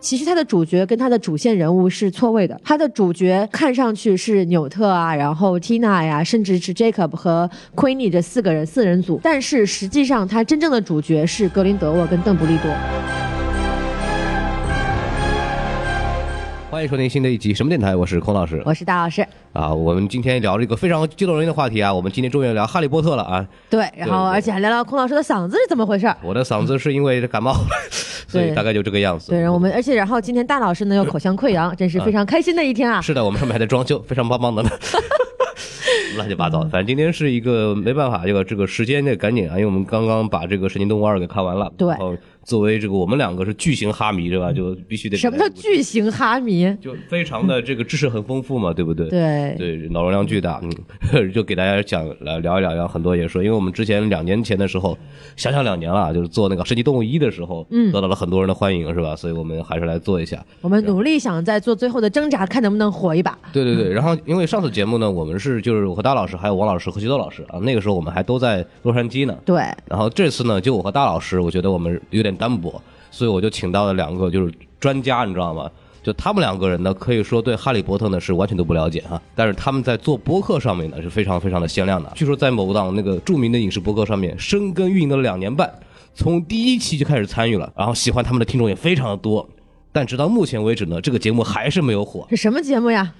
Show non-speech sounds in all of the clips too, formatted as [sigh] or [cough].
其实它的主角跟它的主线人物是错位的，它的主角看上去是纽特啊，然后 Tina 呀、甚至是 Jacob 和 Queenie 这四个人四人组，但是实际上它真正的主角是格林德沃跟邓布 [laughs] 利多。欢迎收听新的一集什么电台，我是孔老师我是大老师，啊。我们今天聊这个非常激动人心的话题啊，我们今天终于聊《哈利波特》了啊。对，然后对对而且还聊聊孔老师的嗓子是怎么回事儿。我的嗓子是因为感冒， [laughs] 所以大概就这个样子。对，然后我们而且然后今天大老师呢又口腔溃疡，真是非常开心的一天啊！是的，我们上面还在装修，非常棒棒 [laughs] 的呢。乱七八嗯糟的，反正今天是一个没办法，这个这个时间得赶紧啊，因为我们刚刚把这个《神奇动物二》给看完了。对然后作为这个我们两个是巨型哈迷，对吧？就必须得什么叫巨型哈迷？就非常的这个知识很丰富嘛，对不对？对对，脑容量巨大，嗯， [laughs] 就给大家讲来聊一聊，聊很多也说，因为我们之前两年前的时候，想想两年了，就是做那个《神奇动物一》的时候，嗯，得到了很多人的欢迎，是吧？所以我们还是来做一下。我们努力想在做最后的挣扎，看能不能火一把。对对对，然后因为上次节目呢，我们是就是我和大老师还有王老师和徐豆老师啊，那个时候我们还都在洛杉矶呢。对，然后这次呢，就我和大老师，我觉得我们有点单薄，所以我就请到了两个就是专家，你知道吗？就他们两个人呢，可以说对《哈利波特呢》是完全都不了解哈、但是他们在做播客上面呢是非常非常的鲜亮的。据说在某档那个著名的影视播客上面深耕运营了两年半，从第一期就开始参与了，然后喜欢他们的听众也非常的多。但直到目前为止呢，这个节目还是没有火。是什么节目呀？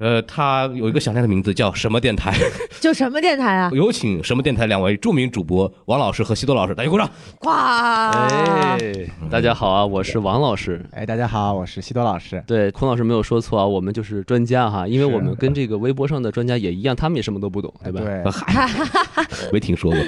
呃，它有一个响亮的名字叫什么电台？ [laughs] 就什么电台啊？有请什么电台两位著名主播王老师和西多老师，大家鼓掌。哇！哎，大家好啊，我是王老师。哎，大家好，我是西多老师。对，孔老师没有说错啊，我们就是专家哈，因为是我们跟这个微博上的专家也一样，他们也什么都不懂，对吧？对，没听说过。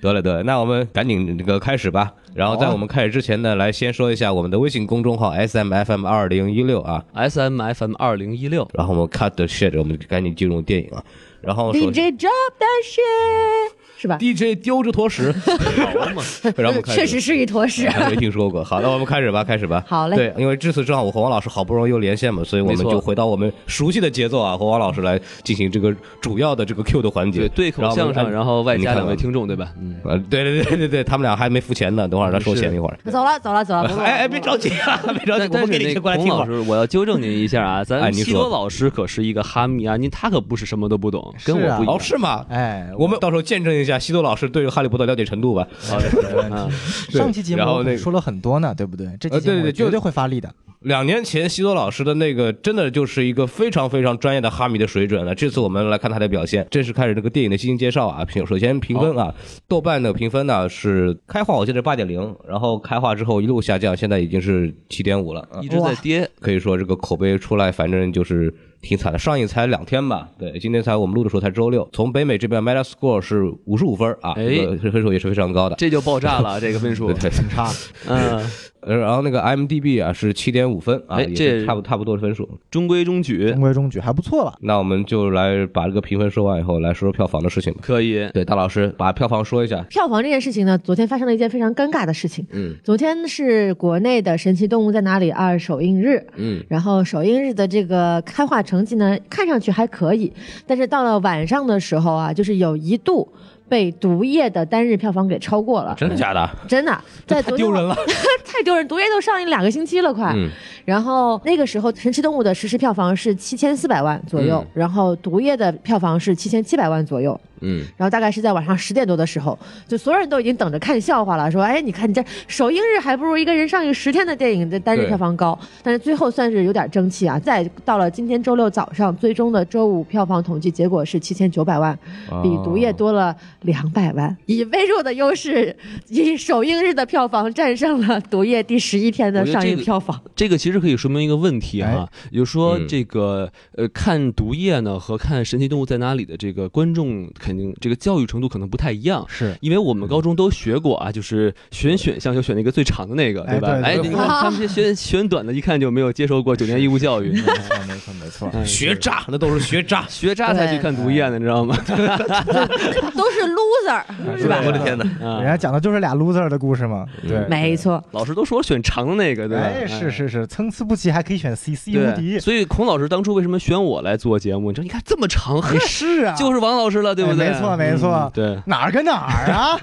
得了得了，那我们赶紧那个开始吧。然后在啊我们开始之前呢，来先说一下我们的微信公众号 S M F M 二零一六啊。 S M F M 二零一六，然后我们 cut the shit，我们赶紧进入电影啊。然后首 DJ drop that shit，是吧？ DJ 丢着坨屎，好啊嘛， [laughs] 然后我们开始确哎实是一坨屎。没听说过。好，那我们开始吧，开始吧。好嘞对，因为这次正好我和王老师好不容易又连线嘛，所以我们没错就回到我们熟悉的节奏啊，和王老师来进行这个主要的这个 Q 的环节。对，对口然后我相们声，按然后外你加看啊两位完听众，对吧？嗯，呃，对对对对对，他们俩还没付钱呢，等会儿再收钱一会儿。 [laughs] 走了，走了，走了。不录了哎哎，别着急啊， [laughs] 别着急，但我但们是给你那钱过来孔听会老儿。师，我要纠正您一下啊，哎咱您说西多老师可是一个哈迷啊，您他可不是什么都不懂，跟我是啊不一哦，样。是吗？哎，我们到时候见证一下西多老师对《哈利波特》了解程度吧。好嘞嗯上期节目然后我那个们说了很多呢，对不对？这呃期节对目对我就绝对会发力的。两年前西多老师的那个，真的就是一个非常非常专业的哈迷的水准了。这次我们来看他的表现，正式开始这个电影的进行介绍啊。评首先评分啊，豆瓣的评分呢是开画我记得八点零，然后开画之后一路下降，现在已经是七点五了啊一。直在跌，可以说这个口碑出来，反正就是挺惨的。上映才两天吧，对，今天才我们录的时候才周六。从北美这边 Metascore 是五十五分啊，哎这个分数也是非常高的。这就爆炸了，这个分数对，对，很差，嗯，呃然后那个 IMDB 啊是七点五分啊，哎也这是差不差不多的分数。中规中矩中，规中矩，还不错吧？那我们就来把这个评分说完以后，来说说票房的事情吧。可以。对，大老师把票房说一下。票房这件事情呢，昨天发生了一件非常尴尬的事情。嗯昨天是国内的《神奇动物在哪里二》首映日，嗯，然后首映日的这个开画成绩呢，看上去还可以，但是到了晚上的时候啊，就是有一度被《毒液》的单日票房给超过了，真的假的？真的嗯在太昨天丢人晚了。 [laughs] 太丢人，《毒液》都上映两个星期了，快。嗯然后那个时候，《神奇动物》的实时票房是七千四百万左右，嗯然后《毒液》的票房是七千七百万左右。嗯，然后大概是在晚上十点多的时候，就所有人都已经等着看笑话了，说：“哎，你看你这首映日还不如一个人上映十天的电影的单日对票房高。”但是最后算是有点争气啊！再到了今天周六早上，最终的周五票房统计结果是七千九百万，比《毒液》哦多了两百万，以微弱的优势，以首映日的票房战胜了《毒液》第十一天的我觉得上这映个票房。这个其实可以说明一个问题啊，哎也就是说嗯这个、呃，看《毒液》呢和看《神奇动物在哪里》的这个观众肯定这个教育程度可能不太一样。 [laughs] 是，因为我们高中都学过啊，就是选选项就选那个最长的那个，哎对吧？哎，对对你看他们这 [laughs] 些选选短的，一看就没有接受过九年义务教育，。没错没错没错。 [laughs] 学渣，那都是学渣学渣才去看《毒液》呢，你知道吗？ [laughs] 都是 loser，是吧？我的天哪！啊人家讲的就是俩 loser 的故事嘛，嗯对，没错，老师都说选长的那个，对吧？哎，是哎。是是，参差不齐，还可以选 C C 无敌对，，所 [laughs] 以孔老师当初为什么选我来做节目？你说你看这么长，嘿哎，是啊，就是王老师了，对不对？哎没错没错嗯对，哪儿跟哪儿啊？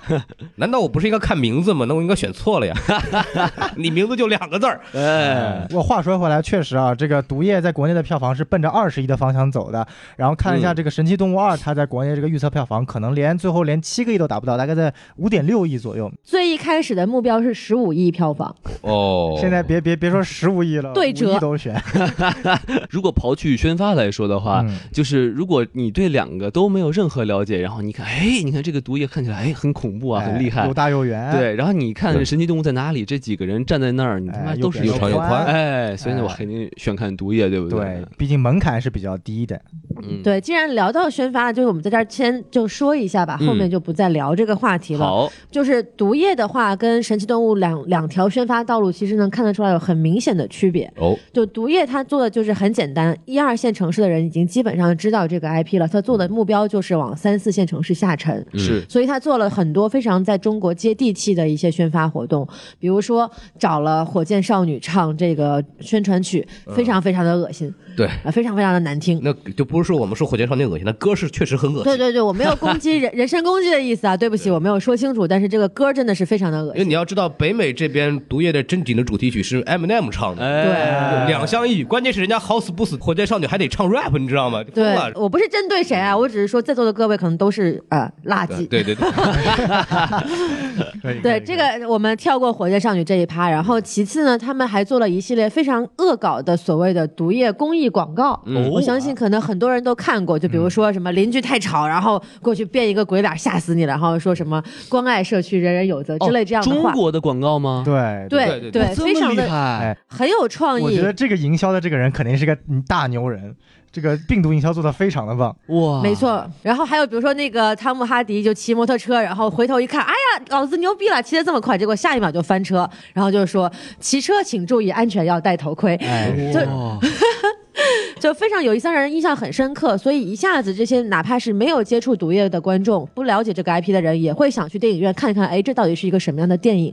难道我不是应该看名字吗？那我应该选错了呀！ [laughs] 你名字就两个字儿，哎，我呃话说回来，确实啊，这个《毒液》在国内的票房是奔着二十亿的方向走的。然后看了一下这个《神奇动物二》，它在国内这个预测票房可能连最后连七个亿都达不到，大概在五点六亿左右。最一开始的目标是十五亿票房，哦，现在别别别说十五亿了，对折5亿都选。如果刨去宣发来说的话，嗯就是如果你对两个都没有任何了解，然后你看，哎，你看这个毒液看起来哎很恐怖啊，哎很厉害又，大又圆。对，然后你看对《神奇动物在哪里》这几个人站在那儿，你他哎，妈又都是扁有有长有宽哎，所以呢，哎我肯定选看毒液，对不对，毕竟门槛是比较低的。嗯，对，既然聊到宣发了，就是我们在这儿先就说一下吧，嗯后面就不再聊这个话题了。好，就是毒液的话，跟神奇动物两两条宣发道路其实能看得出来有很明显的区别。哦，就毒液它做的就是很简单，一二线城市的人已经基本上知道这个 IP 了，它做的目标就是往三四线城市下沉。嗯是所以他做了很多非常在中国接地气的一些宣发活动，比如说找了火箭少女唱这个宣传曲，非常非常的恶心，嗯对，啊，非常非常的难听。那就不是说我们说火箭少女恶心，那歌是确实很恶对心。对对，我没有攻击 [laughs] 人人身攻击的意思啊，对不起，我没有说清楚，但是这个歌真的是非常的恶因为心。你要知道，北美这边毒液的正经的主题曲是 Eminem 唱的，哎，两相一语。关键是人家好死不死，火箭少女还得唱 rap，你知道吗？疯对了，我不是针对谁啊，我只是说在座的各位可能都是呃垃圾。对对对，对这个，我们跳过火箭少女这一趴，然后其次呢，他们还做了一系列非常恶搞的所谓的毒液公益广告。嗯哦我相信可能很多人都看过，就比如说什么邻居太吵，然后过去变一个鬼脸吓死你了，然后说什么关爱社区人人有责之类这样的哦中话。国的广告吗？哦对对对对哇这非么常厉的害哎，很有创我觉意得。这个营销的这个人肯定是个大牛人，这个病毒营销做的非常的棒。哇，没，错，然后还有比如说那个汤姆哈迪就骑摩托车，然后回头一看，哎呀，老子牛逼了，骑得这么快，结果下一秒就翻车，然后就说骑车请注意安全，要戴头盔。哎，这哇， [laughs] 就非常有意思，让人印象很深刻。所以一下子这些哪怕是没有接触毒液的观众，不了解这个 IP 的人，也会想去电影院看一看，哎，这到底是一个什么样的电影？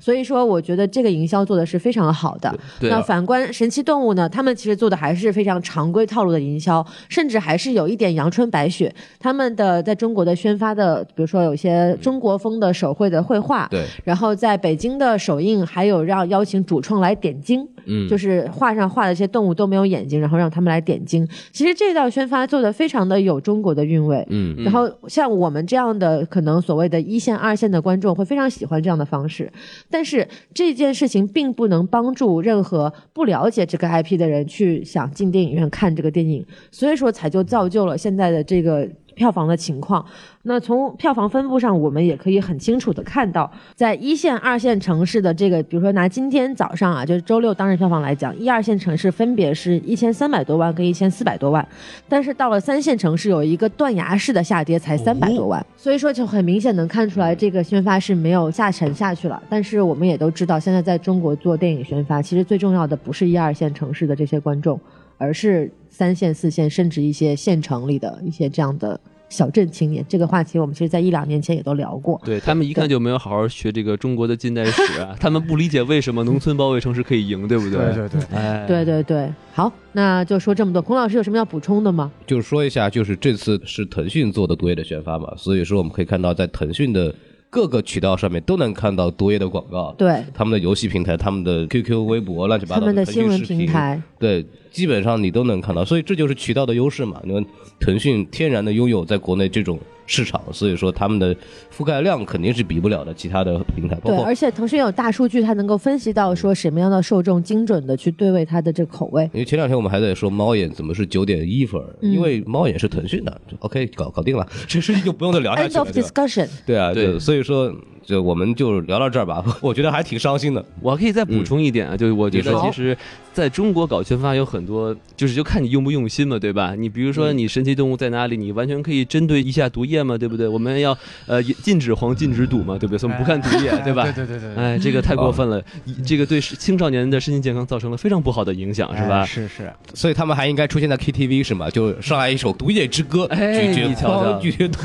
所以说，我觉得这个营销做的是非常好的。对那啊，反观神奇动物呢，他们其实做的还是非常常规套路的营销，甚至还是有一点阳春白雪。他们的在中国的宣发的，比如说有一些中国风的手绘的绘画，对，然后在北京的首映还有让邀请主创来点睛，嗯就是画上画的这些动物都没有眼睛，然后让他们来点睛。其实这道宣发做的非常的有中国的韵味。嗯，然后像我们这样的可能所谓的一线、二线的观众会非常喜欢这样的方式，但是这件事情并不能帮助任何不了解这个 IP 的人去想进电影院看这个电影，所以说才就造就了现在的这个。票房的情况，那从票房分布上，我们也可以很清楚的看到，在一线、二线城市的这个，比如说拿今天早上啊，就是周六当日票房来讲，一二线城市分别是一千三百多万跟一千四百多万，但是到了三线城市有一个断崖式的下跌，才三百多万，所以说就很明显能看出来这个宣发是没有下沉下去了。但是我们也都知道，现在在中国做电影宣发，其实最重要的不是一二线城市的这些观众，而是三线、四线甚至一些县城里的一些这样的小镇青年。这个话题我们其实在一两年前也都聊过。对他们一看就没有好好学这个中国的近代史啊，他们不理解为什么农村包围城市可以赢，对不对对对，哎，对对对，好，那就说这么多。孔老师有什么要补充的吗？就是说一下，就是这次是腾讯做的毒液的宣发嘛，所以说我们可以看到，在腾讯的各个渠道上面都能看到毒液的广告。对，他们的游戏平台、他们的 QQ、微博、乱七八他糟们的腾新讯闻视频平，台，对，基本上你都能看到，所以这就是渠道的优势嘛。你看，腾讯天然的拥有在国内这种市场，所以说他们的覆盖量肯定是比不了的其他的平台，包对，括而且腾讯有大数据，它能够分析到说什么样的受众，精准的去对位它的这个口味。因为前两天我们还在说猫眼怎么是九点一分儿，嗯因为猫眼是腾讯的就，OK，搞搞定了，这事情就不用再聊下 [laughs] End 去了 of。对吧 [laughs] discussion。对啊，对对，所以说就我们就聊到这儿吧。我觉得还挺伤心的。我还可以再补充一点啊，就是我觉你得说其实在中国搞宣发有很多，就是就看你用不用心嘛，对吧？你比如说你神奇动物在哪里，你完全可以针对一下毒液嘛，对不对？我们要呃禁止黄，禁止赌嘛，对不对？所以我们不看毒液，对吧对？对对对对，哎，这个太过分了，这个对青少年的身心健康造成了非常不好的影响，是哎吧？是是，所以他们还应该出现在 KTV 是吗？就上来一首《毒液之歌》，哎拒绝你瞧瞧 [laughs] 光拒绝毒，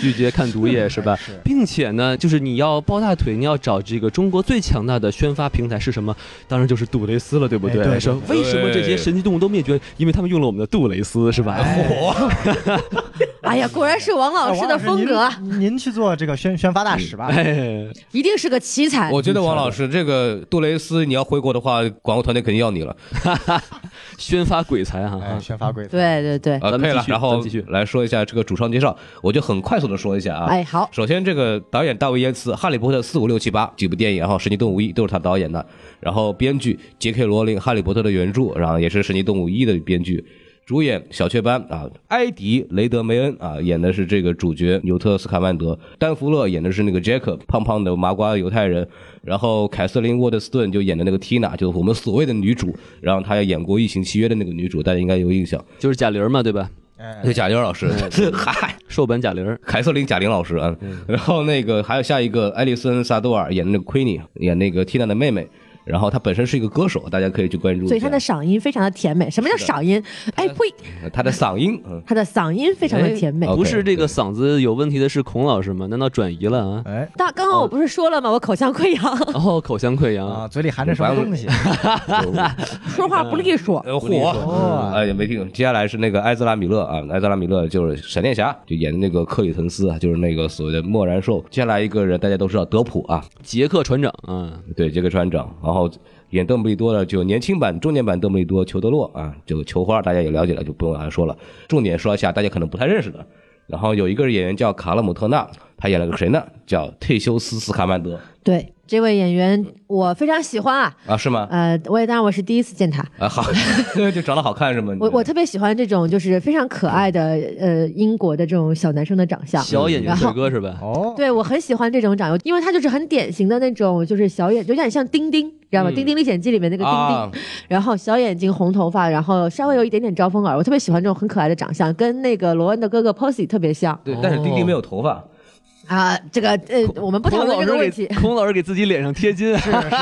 拒绝看毒液，是吧？是并且呢，就是你要抱大腿，你要找这个中国最强大的宣发平台是什么？当然就是杜蕾斯了，对不对？哎对说对为什么这些神奇动物都灭绝？因为他们用了我们的杜蕾斯，是吧？火，哎呀，果然是王老师的风格哎啊，王老师您您去做这个宣宣发大使吧。嗯哎，一定是个奇才。我觉得王老师这个杜蕾斯，你要回国的话，广告团队肯定要你了。宣发鬼才哈、哎，宣发鬼子，对对对，啊，咱们可以了继。续然咱后们继续来说一下这个主创介绍，我就很快速的说一下啊。哎好，首先，这个导演大卫·耶茨，《哈利波特》四五六七八几部电影，然后《神奇动物一》都是他导演的，然后编剧杰克·罗琳，《哈利波特》的原著，然后也是《神奇动物一》的编剧。主演小雀斑啊，埃迪·雷德梅恩啊，演的是这个主角纽特·斯卡曼德，丹弗勒演的是那个 Jacob，胖胖的麻瓜犹太人，然后凯瑟琳·沃特斯顿就演的那个 Tina，就是我们所谓的女主，然后她也演过《异形契约》的那个女主，大家应该有印象。就是贾玲嘛，对吧？哎对，贾玲老师， [laughs] 嗨，瘦版贾玲，凯瑟琳·贾玲老师啊，嗯然后那个还有下一个艾丽森·萨多尔演的那个 Queenie，演那个 Tina 的妹妹，然后她本身是一个歌手，大家可以去关注一下。所以他的嗓音非常的甜美。什么叫嗓音？哎呸，她的嗓音， [laughs] 嗯，他的嗓音非常的甜美哎。OK，不是这对个嗓子有问题的是孔老师吗？难道转移了啊？哎大刚刚我不是说了吗？我口腔溃 [laughs] 疡，然后口腔溃啊，嗯疡，嘴里含着什么东西？啊说话不利索。啊呃，哦火，哎，也没听。接下来是那个埃兹拉·米勒啊，埃兹拉·米勒就是闪电侠，就演的那个克里滕斯啊，就是那个所谓的莫然兽。接下来一个人大家都知道，德普啊，杰克船长啊，对杰克船长，然后演邓布利多的就年轻版、中年版邓布利多裘德洛啊，这个球花大家也了解了，就不用往下说了。重点说一下大家可能不太认识的，然后有一个演员叫卡勒姆特纳，他演了个谁呢？叫忒修斯·斯卡曼德对，这位演员我非常喜欢啊。啊，[laughs] 是吗？呃，我也当然我是第一次见他，啊，好，就长得好看是嗯吗？你我觉得我特别喜欢这种就是非常可爱的呃英国的这种小男生的长相。小眼睛然后帅哥是吧？[laughs] 哦，对我很喜欢这种长相，因为他就是很典型的那种就是小眼，有点像丁丁，知道吗？嗯丁丁历险记》里面那个丁丁。啊，然后小眼睛、红头发，然后稍微有一点点招风耳，我特别喜欢这种很可爱的长相，跟那个罗恩的哥哥 Posy 特别像对，但是丁丁没有头发，啊。这个呃，我们不讨论这个问题孔老师。给孔老师给自己脸上贴金， [laughs] 是是是，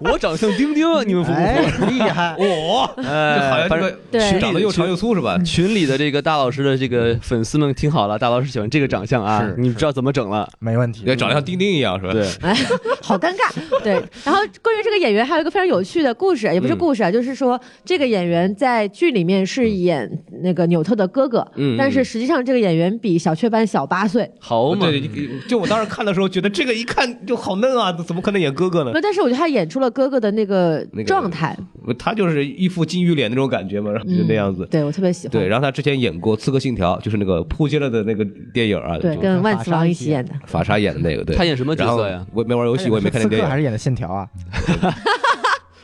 我长相丁丁，[laughs] 你们服不服？哎，厉害，哦，这好哎，像反这正对个长得又长又粗是吧？ [laughs] 群里的这个大老师的这个粉丝们听好了，大老师喜欢这个长相啊是，你知道怎么整了？没问题对，。长得像丁丁一样是吧？对，哎， [laughs] 好尴尬。对，然后关于这个演员还有一个非常有趣的故事，嗯也不是故事啊，就是说这个演员在剧里面是演那个纽特的哥哥，嗯嗯但是实际上这个演员比小雀斑小八岁。好嘛，哦对，就我当时看的时候，觉得这个一看就好嫩啊，怎么可能演哥哥呢那？但是我觉得他演出了哥哥的那个那个状态，他就是一副金鱼脸那种感觉嘛，然后嗯就那样子。对我特别喜欢。对，然后他之前演过《刺客信条》，就是那个扑街了的那个电影啊，对，就跟万磁王一起演的。法沙演的那个。对，他演什么角色呀然后我也没玩游戏，我也没看那刺电客还影。哎是演的线条啊？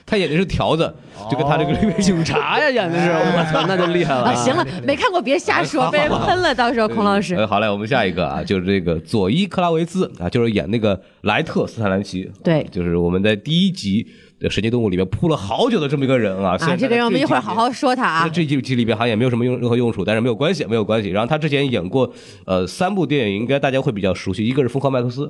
他演的是条子，哦就跟他这个里面警察。啥呀演的是，我操，那就厉害了啊，行了，没看过别瞎说，被人喷了。到时候孔老师，呃，好嘞，我们下一个啊，就是这个佐伊·克拉维兹啊，就是演那个莱特·斯坦兰奇，对就是我们在第一集的《神奇动物》里面铺了好久的这么一个人啊。啊，虽然这个在人我们这一会儿集好里好说他那啊。这一集里边好像也没有什么用任何用处，但是没有关系，没有关系。然后他之前演过呃三部电影，应该大家会比较熟悉，一个是《疯狂麦克斯》，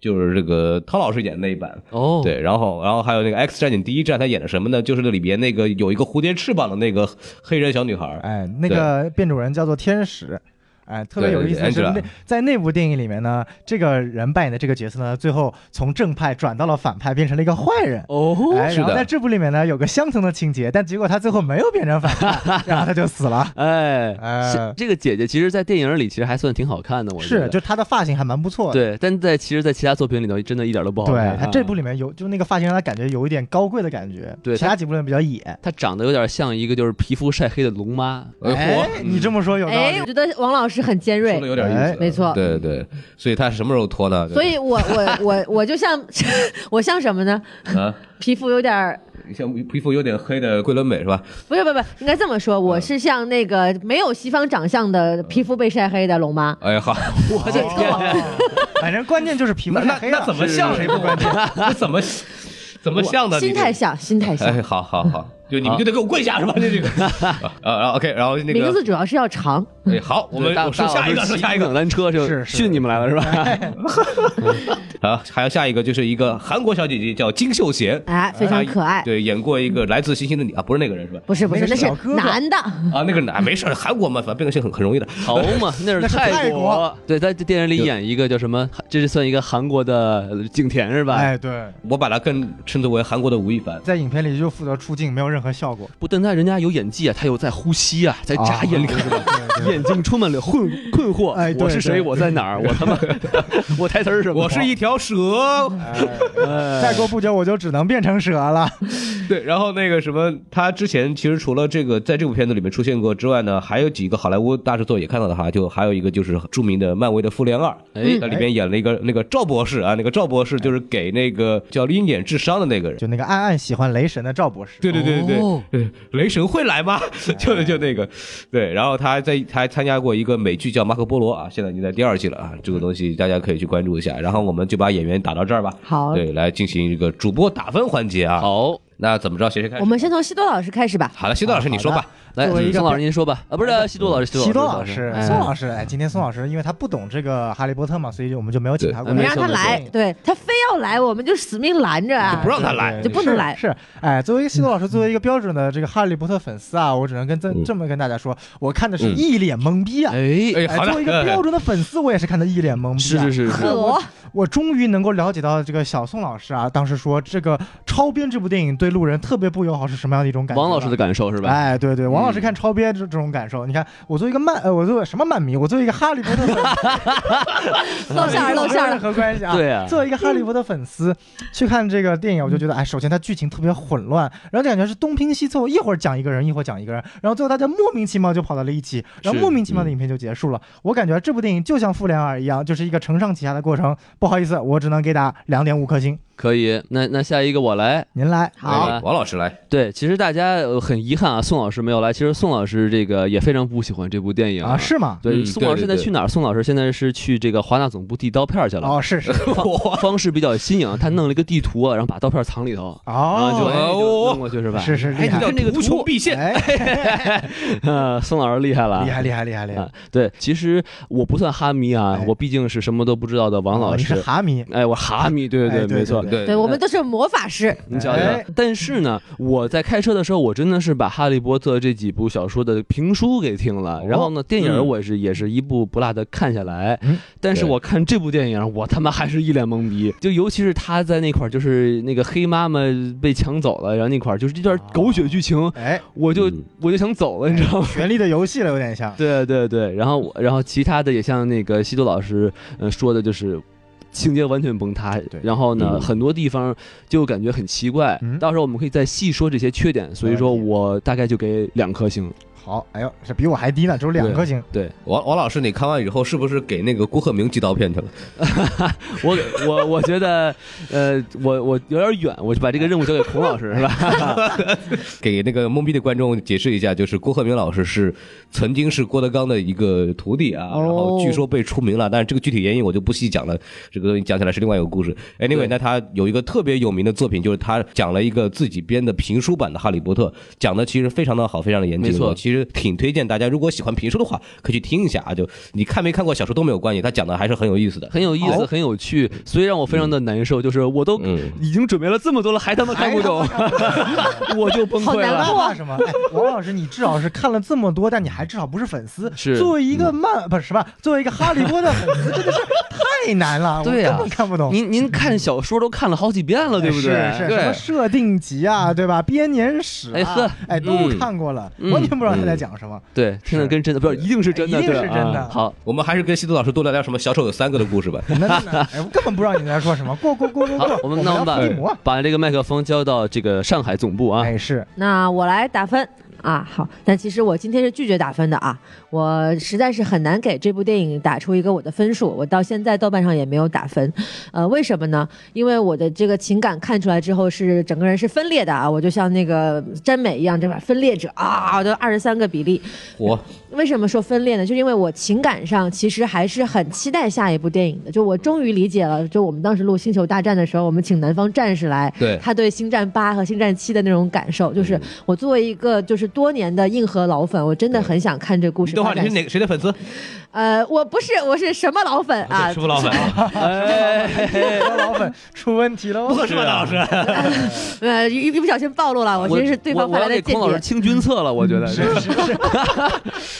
就是这个汤老师演的那一版。哦，对，然后，然后还有那个《X 战警：第一战》，他演的什么呢？就是那里边那个有一个蝴蝶翅膀的那个黑人小女孩儿，哎，那个变种人叫做天使。哎，特别有意思的是对那 Angela 在那部电影里面呢，这个人扮演的这个角色呢，最后从正派转到了反派，变成了一个坏人。哦，哎，是然后的在这部里面呢，有个相同的情节，但结果他最后没有变成反 [laughs] 派，然后他就死了。哎，哎是这个姐姐其实，在电影里其实还算挺好看的，我觉是，得就他的发型还蛮不错的。对，但在其实，在其他作品里头，真的一哦点都不好对，嗯看。他啊这部里面有，就那个发型让他感觉有一点高贵的感觉。对其他他几部里面比较哎野。她长得有点像一个就是皮肤晒黑的龙妈，哎，你这么说有道哎，理我。觉得王老师很尖嗯嚯，说的锐，有点意哎思，没错对对，所以他什么时候脱 [laughs] 呢？所以我我我我就像我像什么呢？啊，皮肤有点儿像皮肤有点黑的桂纶镁是吧？不是，不是不是，应该这么说，嗯我是像那个没有西方长相的皮肤被晒黑的龙妈。哎呀好，我的天！反正关键就是皮肤那太那黑了，那怎么像啊谁谁不不关关键键？？ [laughs] 那怎么怎么像的？心态像，心态像。 [laughs] 哎，好好好，就你们就得给我跪下 [laughs] 是吧？就这个啊啊，OK，然后那名个字主要是要长，哎好，我们大我说下一个，说下一个冷单车就是是训你们来了是吧？好，还有下一个就是一个韩国小姐姐叫金秀贤，哎，非常可爱。对，演过一个《来自星星的你》啊，不是那个人是吧？不是不是，那那个是小哥哥男的，啊，那个男没事儿，韩国嘛，反正变个性很很容易的。好嘛，那那是是泰国国。对，在电影里演一个叫什么？这是算一个韩国的景甜是吧？ [laughs] 哎，对，我把它更称之为韩国的吴亦凡。在影片里就负责出镜，没有任何效果。不，但他人家有演技啊，他有在呼吸啊，在啊眨眼睛是吧？眼睛充满了困困惑，哎对我是谁？对我在哪儿？我他 [laughs] 妈，我台词儿是什么？我是一条蛇，呃哎再过不久我就只能变成蛇了。 [laughs] [laughs] 对，然后那个什么，他之前其实除了这个在这部片子里面出现过之外呢，还有几个好莱坞大制作也看到了他，就还有一个就是著名的漫威的《复联二》，呃哎那里面演了一个那个赵博士啊，那个赵博士就是给那个叫鹰眼治伤的那个人。就那个暗暗喜欢雷神的赵博士，对对对对哦哎对，雷神会来吗？ [laughs] 就就那个，对，然后他还在他还参加过一个美剧叫《马可波罗》啊，现在已经在第二季了啊，这个东西大家可以去关注一下。然后我们就把演员打到这儿吧，好对，来进行一个主播打分环节啊。，好，那怎么着，谁先开始？我们先从西多老师开始吧。好了，西多老师你说吧，来作为一，个宋老师您说吧，啊，不是西多老师，西多多老师师，，嗯哎宋老师，哎，今天宋老师因为他不懂这个《哈利波特》嘛，所以我们就没有请他过对你没来。让错他来，对他非要来，我们就死命拦着啊，就不让他来哎对就不能是来是，哎，作为一个西多老师，作为一个标准的这个《哈利波特》粉丝啊，我只能跟这嗯这么跟大家说，我看的是嗯一脸懵逼啊。哎，哎，哎好，的，作为一个标准的粉丝，我也是看的一脸懵逼、啊。是是是是，可我终于能够了解到这个小宋老师啊，当时说这个超编这部电影对路人特别不友好是什么样的一种感觉？王老师的感受是受吧？哎，对对，王老师看超编这这种感受，你看我作为一个漫，呃，我作为什么漫迷，我作为一个哈利波特粉丝，露馅儿露馅儿没有任了。何关系啊。对啊作为一个哈利波特粉 [laughs] 丝，去看这个电影，我就觉得，哎，首先它剧情特别混乱，然后感觉是东拼西凑，一会儿讲一个人，一会儿讲一个人，然后最后大家莫名其妙就跑到了一起，然后是嗯莫名其妙的影片就结束了。我感觉这部电影就像《复联二》一样，就是一个承上启下的过程。不好意思，我只能给打两点五颗星。可以，那那下一个我来，您来，好，哎王老师来，对，其实大家呃很遗憾啊，宋老师没有来。其实宋老师这个也非常不喜欢这部电影啊，。是吗？对，嗯宋老对师现对在对去哪儿？宋老师现在是去这个华纳总部递刀片儿去了。哦，是 [laughs] 是，方 [laughs] 方式比较新颖，他弄了一个地图啊，然后把刀片藏里头，然后就哦，哎就弄过去是吧？ [laughs] 是是哎，厉你害看这个无图穷，必现，哎， [laughs] 呃 [laughs] 宋老师厉害了，厉害厉害厉害厉害啊！！对，其实我不算哈迷啊哎，哦我毕竟是什么都不知道的王老你是师。哈迷，哎，我哈迷，对哎对对没错对。 [laughs] 对对我们都是魔法师，你瞧瞧哎，但是呢，我在开车的时候，我真的是把《哈利波特》这几部小说的评书给听了，然后呢，电影嗯我是也是一部不落的看下来嗯。但是对我看这部电影，我他妈还是一脸懵逼，就尤其是他在那块儿，就是那个黑妈妈被抢走了，然后那块儿就是这段狗血剧情，哎，我就嗯我就想走了，你知道吗？权力的游戏了，有点 [laughs] 像。对对对，然后我，然后其他的也像那个西多老师呃说的，就是情节完全崩塌对，然后呢，嗯很多地方就感觉很奇怪。嗯到时候我们可以再细说这些缺点，所以说没问题我大概就给两颗星。好，哎呦，这比我还低呢，只有两颗星。对王王老师，你看完以后是不是给那个郭鹤鸣寄刀片去了？我，我我觉得， [laughs] 呃，我我有点远，我就把这个任务交给孔老师，是吧？给那个懵逼的观众解释一下，就是郭鹤鸣老师是曾经是郭德纲的一个徒弟啊，哦然后据说被除名了，但是这个具体原因我就不细讲了，这个东西讲起来是另外一个故事。Anyway，对那他有一个特别有名的作品，就是他讲了一个自己编的评书版的《哈利波特》，讲的其实非常的好，非常的严谨。没错我其实挺推荐大家，如果喜欢评书的话，可以去听一下啊。就你看没看过小说都没有关系，他讲的还是很有意思的。很有意思，很有趣，所以让我非常的难受，就是我都嗯已经准备了这么多了，还他妈看不懂， [laughs] 我就崩好溃难了过。那怕什么？哎，王老师，你至少是看了这么多，但你还至少不是粉丝。是嗯作为一个漫不是什么，作为一个哈利波特粉丝，真的是 [laughs] 太难了，对我呀根本看不懂。您您看小说都看了好几遍了，对不对？哎是是对嗯什么设定集啊，对吧？编年史哎呵啊，哎，都嗯看过了，嗯完全不知道他在讲什么。对，真的是跟真的不是，一定是真的，一定对是真的啊好，我们还是跟西渡老师多聊聊什么小丑有三个的故事吧。那那那，哎，我根本不知道你在说什么。过过过过嗯好过，，我们们那我们聊伏地魔把把这个麦克风交到这个上海总部啊。哎，是那我来打分。啊，好，但其实我今天是拒绝打分的啊，我实在是很难给这部电影打出一个我的分数，我到现在豆瓣上也没有打分，呃，为什么呢？因为我的这个情感看出来之后是整个人是分裂的啊，我就像那个詹美一样，这把分裂者啊，都二十三个比例，我为什么说分裂呢？就因为我情感上其实还是很期待下一部电影的。就我终于理解了，就我们当时录《星球大战》的时候，我们请南方战士来， [laughs] 对他对《星战八》和《星战七》的那种感受，就是我作为一个就是多年的硬核老粉，我真的很想看这故事等会发儿你展是。哪谁的粉丝？呃，我不是，我是什么老粉 [laughs] 啊？是不老粉啊，哎哎我老粉出问题了不， [laughs] 合适吧，大老师？呃，一一不小心暴露了，我其实是对我方我派要来给的间孔老师谍。清君侧了，我觉得嗯是是 [laughs] 是，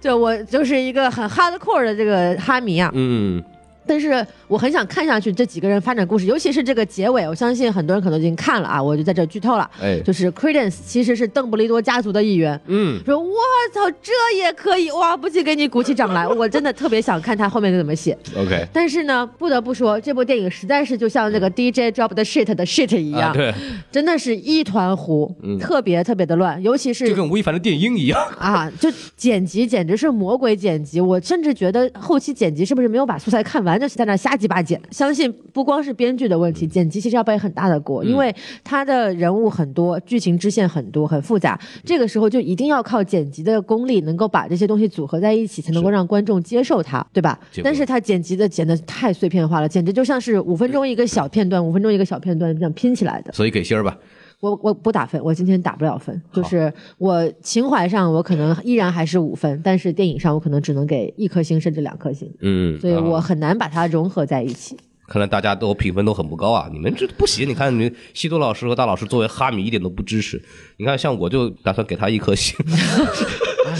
就我就是一个很 hardcore 的这个哈迷啊。嗯，但是我很想看下去这几个人发展故事，尤其是这个结尾，我相信很多人可能已经看了啊，我就在这儿剧透了。哎，就是 Credence 其实是邓布利多家族的一员。嗯，说我操，这也可以哇！不禁给你鼓起掌来，我真的特别想看他后面怎么写。 OK 但是呢，不得不说，这部电影实在是就像这个 DJ drop 的 shit 的 shit 一样，啊，对，真的是一团糊，嗯特别特别的乱，尤其是就跟吴亦凡的电音一样，啊，就剪辑简直是魔鬼剪辑，我甚至觉得后期剪辑是不是没有把素材看完，就在那瞎鸡巴剪？相信不光是编剧的问题，剪辑其实要背很大的锅，因为他的人物很多，剧情支线很多，很复杂，这个时候就一定要靠剪辑的功力，能够把这些东西组合在一起，才能够让观众接受它，对吧结？果但是他剪辑的剪的太碎片化了，简直就像是五分钟一个小片段，五分钟一个小片段这样拼起来的。 [laughs] 所以给星儿吧。我我不打分，我今天打不了分，就是我情怀上我可能依然还是五分，但是电影上我可能只能给一颗星甚至两颗星，嗯，所以啊我很难把它融合在一起。看来大家都评分都很不高啊！你们这不行，你看你西多老师和大老师作为哈迷一点都不支持。你看，像我就打算给他一颗 [laughs] 星，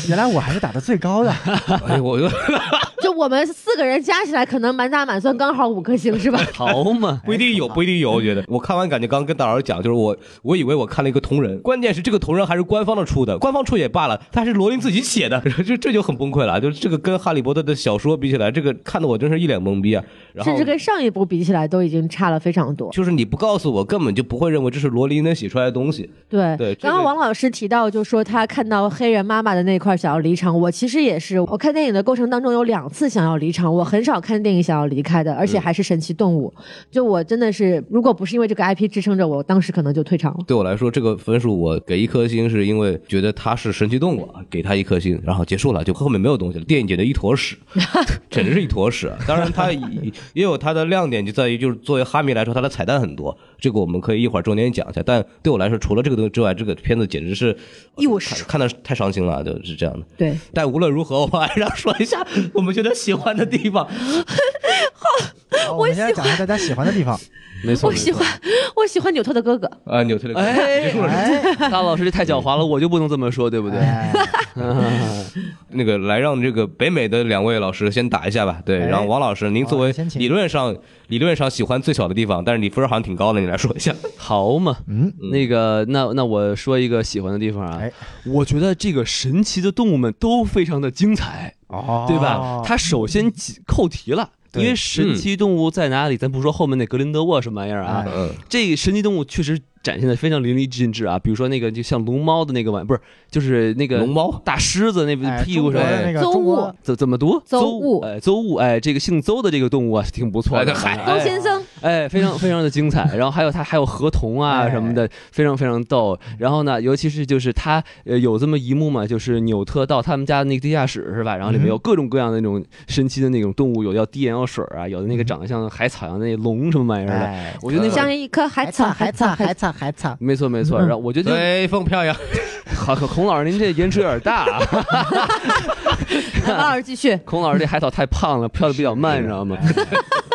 原来我还是打的最高 [laughs] 的，哎呦，我又。就我们四个人加起来，可能满打满算刚好五颗星是吧？好嘛 [laughs] [laughs] 不一定有，不一定有。我觉得我看完感觉，刚刚跟大老师讲，就是我我以为我看了一个同人，关键是这个同人还是官方的出的，官方出也罢了，他还是罗琳自己写的， [laughs] 这这就很崩溃了。就是这个跟哈利波特的小说比起来，这个看得我真是一脸懵逼啊。 [laughs] 然后甚至跟上一部比起来都已经差了非常多。就是你不告诉我，根本就不会认为这是罗琳能写出来的东西。对，对这刚刚个王老师提到，就说他看到黑人妈妈的那块想要离场，我其实也是，我看电影的过程当中有两次想要离场，我很少看电影想要离开的，而嗯且还是神奇动物，就我真的是，如果不是因为这个 IP 支撑着我，我当时可能就退场了。对我来说，这个分数我给一颗星，是因为觉得它是神奇动物，啊给它一颗星，然后结束了，就后面没有东西了。电影简直一坨屎， [laughs] 简直是一坨屎。啊当然，它也也有它的亮点，就在于就是作为哈迷来说，它的彩蛋很多，这个我们可以一会儿重点讲一下。但对我来说，除了这个东西之外，这个片子简直是一无是处看看的太伤心了，就是这样的。对，但无论如何，我们还是要说一下我们觉得喜欢的地方。好我们现在讲一下大家喜欢的地方， [laughs] 没错，我喜欢，我喜欢纽特的哥哥，啊，纽特的歌哎结束了。哎，大老师这太狡猾了，我就不能这么说，对不对？哎那个来让这个北美的两位老师先打一下吧。对，哎然后王老师，您作为好先请理论上理论上喜欢最小的地方，但是你分儿好像挺高的，你来说一下。好嘛，嗯，那个，那那我说一个喜欢的地方啊哎，我觉得这个神奇的动物们都非常的精彩，哦，对吧？它首先起扣题了。因对为神奇动物在哪里？咱不说后面那格林德沃什么玩意儿啊哎，嗯，这神奇动物确实展现的非常淋漓尽致啊。比如说那个就像龙猫的那个玩，不是，就是那个龙猫大狮子那哎屁股中国上，的那个邹中国物怎怎么读？邹物哎，邹物，哎，这个姓邹的这个动物啊，挺不错的。哎周哎先生，哎，非 [laughs] 常非常的精彩。然后还有他还有河童啊哎嗯什么的，非常非常逗。然后呢，尤其是就是他呃有这么一幕嘛，就是纽特到他们家那个地下室是吧？然后里嗯面有各种各样的那种神奇的那种动物，有要滴眼药水啊，有的那个长得像海草一样的那龙什么玩意儿的。嗯哎，我觉得那个像一颗海草，海草，海草，海草，没错没错。嗯然后我觉得随风飘扬。好，孔老师您这延迟有点大啊。 [laughs] 来王老师继续。孔老师这海草太 [laughs] 胖了，飘的比较慢，你知道吗？ [laughs]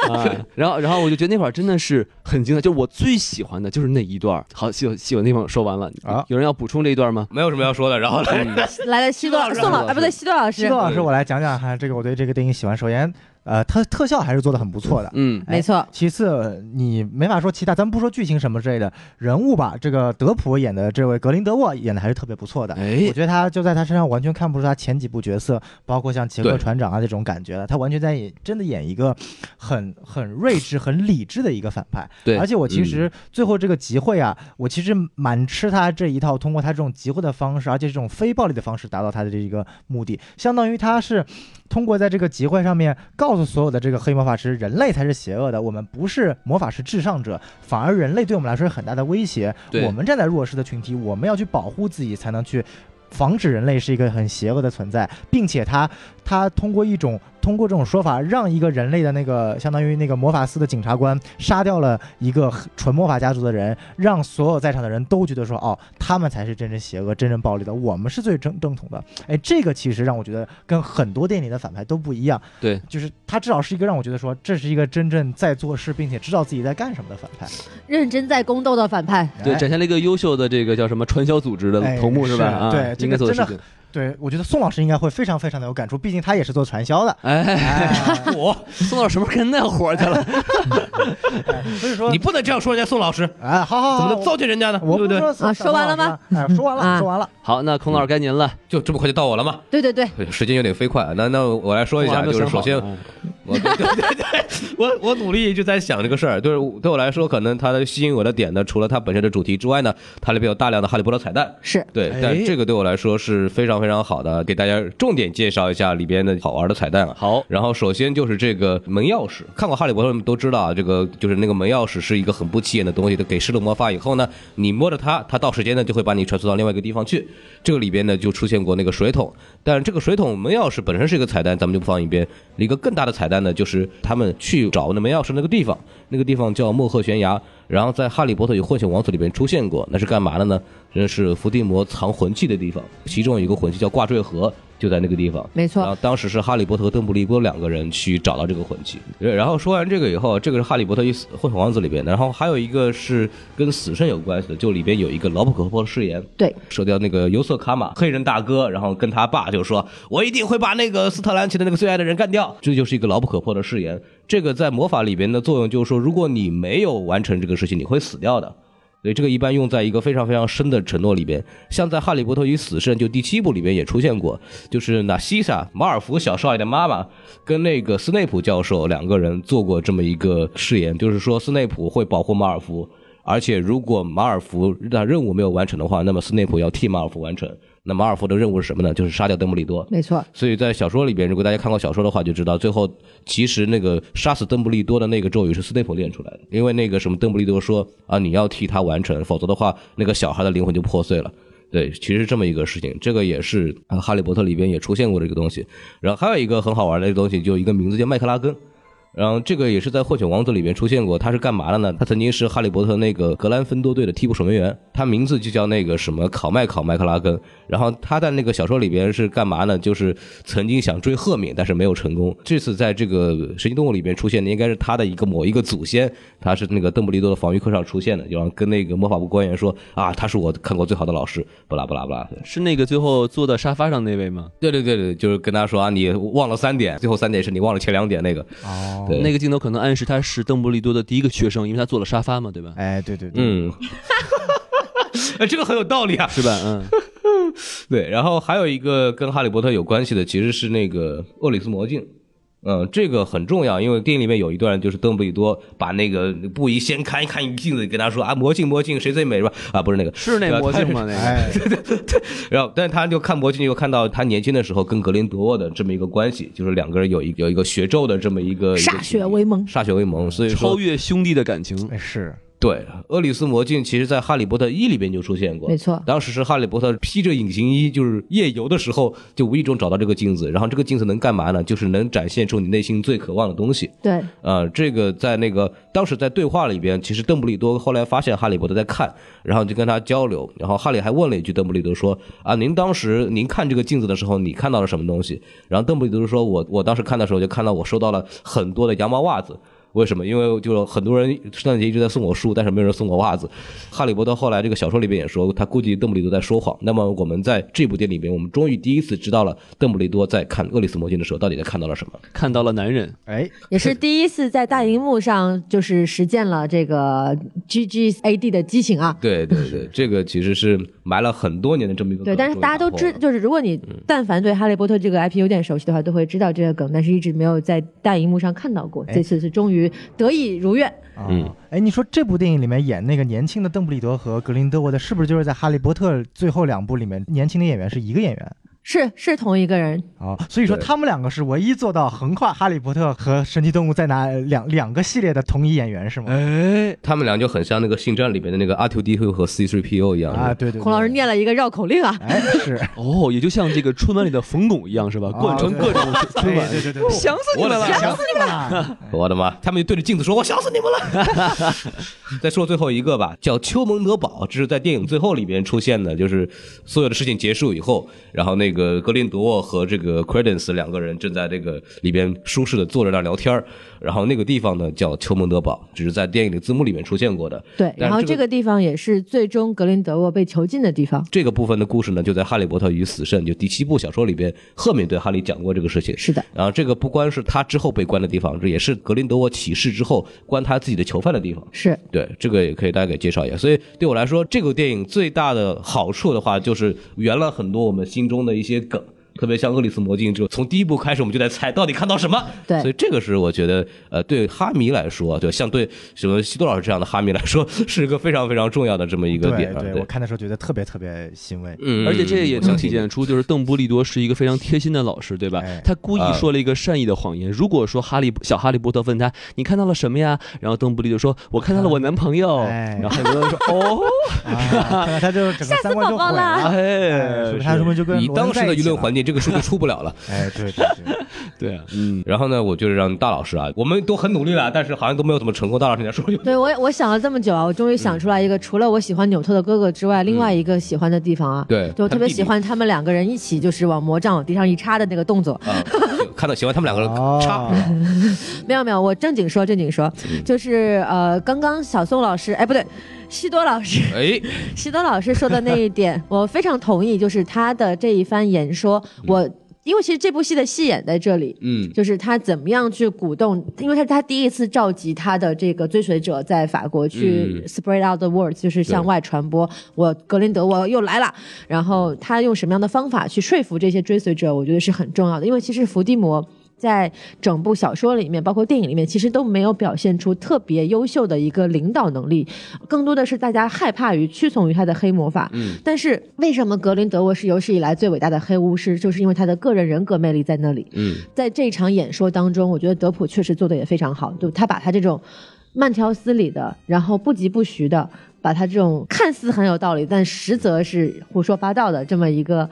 啊，然后然后我就觉得那会儿真的是很精彩，就是我最喜欢的就是那一段儿。好，喜欢喜欢的地方说完了，啊有人要补充这一段吗？没有什么要说的，然后来，来了，西多西多老师宋老，啊，不对，西多老师西多，老师，我来讲讲哈，这个我对这个电影喜欢。首先，呃，它特效还是做的很不错的。嗯，哎没错，其次，你没法说其他，咱不说剧情什么之类的，人物吧，这个德普演的这位格林德沃演的还是特别不错的。哎我，觉得他就在他身上完全看不出他前几部角色，包括像杰克对船长啊这种感觉了，他完全在演真的演一个很很睿智、很理智的一个反派。对嗯而且我其实最后这个集会啊，我其实蛮吃他这一套，通过他这种集会的方式，而且这种非暴力的方式达到他的这一个目的，相当于他是通过在这个集会上面告诉所有的这个黑魔法师，人类才是邪恶的，我们不是魔法师至上者，反而人类对我们来说是很大的威胁。对我们站在弱势的群体，我们要去保护自己，才能去。防止人类是一个很邪恶的存在，并且他他通过一种通过这种说法，让一个人类的那个相当于那个魔法司的检察官杀掉了一个纯魔法家族的人，让所有在场的人都觉得说，哦，他们才是真正邪恶、真正暴力的，我们是最正正统的。哎，这个其实让我觉得跟很多电影里的反派都不一样，对，就是他至少是一个让我觉得说，这是一个真正在做事并且知道自己在干什么的反派。认真在宫斗的反派，嗯对，哎展现了一个优秀的这个叫什么传销组织的哎头目是吧？是啊，对这个应该做真的事情。对，我觉得宋老师应该会非常非常的有感触，毕竟他也是做传销的。哎，哎我， [laughs] 宋老师什么时候干那活儿去 [laughs] 了？哎所以 [laughs] [laughs] 说你不能这样说人家宋老师，哎，好好怎好，么能糟践人家呢？ [laughs] 我我对不不对？说啊说完了吗？哎，说完了，啊说完了。好，那孔老师该您了。就这么快就到我了吗？对对对，对时间有点飞快啊，那那我来说一我还下，没就有是想嗯首好先呢我 [laughs] 对对对对，我我努力一直在想这个事儿，就是对我来说，可能它吸引我的点呢，除了它本身的主题之外呢，它里边有大量的哈利波特彩蛋。是对哎，但这个对我来说是非常非常好的，给大家重点介绍一下里边的好玩的彩蛋啊。好，然后首先就是这个门钥匙，看过《哈利波特》的都知道啊，这个就是那个门钥匙是一个很不起眼的东西，它给施了魔法以后呢，你摸着它，它到时间呢就会把你传送到另外一个地方去。这个里边呢就出现过那个水桶，但这个水桶门钥匙本身是一个彩蛋，咱们就不放一边。一个更大的彩蛋呢，就是他们去找那门钥匙那个地方，那个地方叫莫赫悬崖，然后在《哈利波特与混血王子》里边出现过，那是干嘛的呢？那是伏地魔藏魂器的地方，其中有一个魂器叫挂坠盒，就在那个地方。没然后错，当时是哈利波特和邓布利多两个人去找到这个魂器。呃然后说完这个以后，这个是《哈利波特与死混混王子》里边的，然后还有一个是跟死神有关系的，就里边有一个牢不可破的誓言，对，射掉那个尤瑟卡玛黑人大哥，然后跟他爸就说：“我一定会把那个斯特兰奇的那个最爱的人干掉。”这就是一个牢不可破的誓言。这个在魔法里边的作用就是说，如果你没有完成这个事情，你会死掉的。所以这个一般用在一个非常非常深的承诺里边，像在《哈利波特与死神》就第七部里边也出现过，就是纳西莎马尔福小少爷的妈妈跟那个斯内普教授两个人做过这么一个誓言，就是说斯内普会保护马尔福，而且如果马尔福的任务没有完成的话，那么斯内普要替马尔福完成。那马尔福的任务是什么呢？就是杀掉邓布利多。没错，所以在小说里边，如果大家看过小说的话，就知道最后其实那个杀死邓布利多的那个咒语是斯内普练出来的，因为那个什么邓布利多说啊，你要替他完成，否则的话，那个小孩的灵魂就破碎了。对，其实是这么一个事情，这个也是啊，哈利波特里边也出现过这个东西。然后还有一个很好玩的东西，就一个名字叫麦克拉根。然后这个也是在《混血王子》里面出现过，他是干嘛的呢？他曾经是哈利波特那个格兰芬多队的替补守门员，他名字就叫那个什么考麦考麦克拉根。然后他在那个小说里边是干嘛呢？就是曾经想追赫敏，但是没有成功。这次在这个神奇动物里边出现的应该是他的一个某一个祖先，他是那个邓布利多的防御课上出现的，然后跟那个魔法部官员说啊，他是我看过最好的老师，不啦不啦不啦。是那个最后坐到沙发上那位吗？对对对对，就是跟他说啊，你忘了三点，最后三点是你忘了前两点那个。哦对那个镜头可能暗示他是邓布利多的第一个学生，因为他坐了沙发嘛，对吧？哎，对对对，嗯， [laughs] 哎，这个很有道理啊。是吧？嗯，对，然后还有一个跟哈利波特有关系的，其实是那个厄里斯魔镜。嗯，这个很重要，因为电影里面有一段就是邓布利多把那个布衣掀开，看一镜子，跟他说啊，魔镜魔镜，谁最美是吧？啊，不是那个，是那魔镜吗？那个哎， [laughs] 然后，但是他就看魔镜，就看到他年轻的时候跟格林德沃的这么一个关系，就是两个人有一有一个学咒的这呃么一个歃血为盟，歃血为盟，所以说超越兄弟的感情，哎是，对，厄里斯魔镜其实在《哈利波特一》里边就出现过，没错当时是哈利波特披着隐形衣，就是夜游的时候，就无意中找到这个镜子，然后这个镜子能干嘛呢？就是能展现出你内心最渴望的东西。对，呃，这个在那个当时在对话里边，其实邓布利多后来发现哈利波特在看，然后就跟他交流，然后哈利还问了一句邓布利多说：“啊，您当时您看这个镜子的时候，你看到了什么东西？”然后邓布利多说：“我我当时看的时候就看到我收到了很多的羊毛袜子。”为什么？因为就是很多人圣诞节一直在送我书，但是没有人送我袜子。哈利波特后来这个小说里边也说，他估计邓布利多在说谎。那么我们在这部电影里面，我们终于第一次知道了邓布利多在看《厄里斯魔镜》的时候到底在看到了什么。看到了男人，哎，也是第一次在大荧幕上就是实践了这个 G G A D 的激情啊。对对对，这个其实是埋了很多年的这嗯么一个梗对，但是大家都知，终于打破了就是如果你但凡对《哈利波特》这个 IP 有点熟悉的话，都会知道这个梗，但是一直没有在大荧幕上看到过。哎这次是终于得以如愿，啊嗯，哎，你说这部电影里面演那个年轻的邓布利多和格林德沃的，是不是就是在《哈利波特》最后两部里面年轻的演员是一个演员是是同一个人，啊？所以说对他们两个是唯一做到横跨《哈利波特》和《神奇动物在哪》两两个系列的同一演员是吗？哎，他们俩就很像那个《星战》里面的那个 R2D2 和 C3PO 一样。啊，对对对，孔老师念了一个绕口令啊。哎是，哦，也就像这个春晚里的冯巩一样是吧？啊贯穿 [laughs] 各种嗯春晚，对对 [laughs] 对对，想死你们了！想死你们了！我的妈！他们就对着镜子说：“我想死你们了。” [laughs] 再说最后一个吧，叫丘蒙德堡，这是在电影最后里边出现的，就是所有的事情结束以后，然后那个格林德沃和这个 Credence 两个人正在这个里边舒适的坐着那儿聊天儿然后那个地方呢叫丘蒙德堡，只是在电影的字幕里面出现过的。对，但然后是这这个地方也是最终格林德沃被囚禁的地方。这个部分的故事呢，就在《哈利波特与死神》就第七部小说里边，赫敏对哈利讲过这个事情。是的，然后这个不光是他之后被关的地方，这也是格林德沃起事之后关他自己的囚犯的地方。是对，这个也可以大家给介绍一下。所以对我来说，这个电影最大的好处的话，就是圆了很多我们心中的一些梗。特别像《厄里斯魔镜》，就从第一部开始，我们就在猜到底看到什么。对所以这个是我觉得，呃，对哈迷来说，就像对什么西多老师这样的哈迷来说，是一个非常非常重要的这么一个 [laughs] 对点啊。对，我看的时候觉得特别特别欣慰。嗯，而且这也我相能信体现出，就是邓布利多是一个非常贴心的老师，对吧哎？他故意啊说了一个善意的谎言。如果说哈利小哈利波特问他你看到了什么呀，然后邓布利多说我看到了我男朋友，哎然后哈利波特说哦，啊，他就整个三观就毁吓了。哎哎，是，他说明就跟以罗当恩时在的一起舆论了环境，这个书就出不了了。 [laughs] 哎，对对 [laughs] 对，对，嗯，然后呢，我就是让大老师啊，我们都很努力了，但是好像都没有怎么成功。大老师，你来说说。对我我想了这么久啊，我终于想出来一个，除了我喜欢纽特的哥哥之外，另外一个喜欢的地方啊，嗯对就我特别喜欢他们两个人一起就是往魔杖往地上一插的那个动作。啊，看到喜欢他们两个人哦插，，没有没有，我正经说正经说，就是呃，刚刚小宋老师，哎不对，西多老师，哎，西多老师说的那一点，我非常同意，就是他的这一番演说，我因为其实这部戏的戏演在这里，嗯，就是他怎么样去鼓动，因为他是他第一次召集他的这个追随者在法国去嗯 spread out the word，、就是向外传播。我格林德沃又来了，然后他用什么样的方法去说服这些追随者，我觉得是很重要的，因为其实伏地魔。在整部小说里面，包括电影里面，其实都没有表现出特别优秀的一个领导能力，更多的是大家害怕于屈从于他的黑魔法。嗯，但是为什么格林德沃是有史以来最伟大的黑巫师，就是因为他的个人人格魅力在那里。嗯，在这场演说当中，我觉得德普确实做的也非常好，就他把他这种慢条斯理的，然后不疾不徐的，把他这种看似很有道理，但实则是胡说八道的这么一个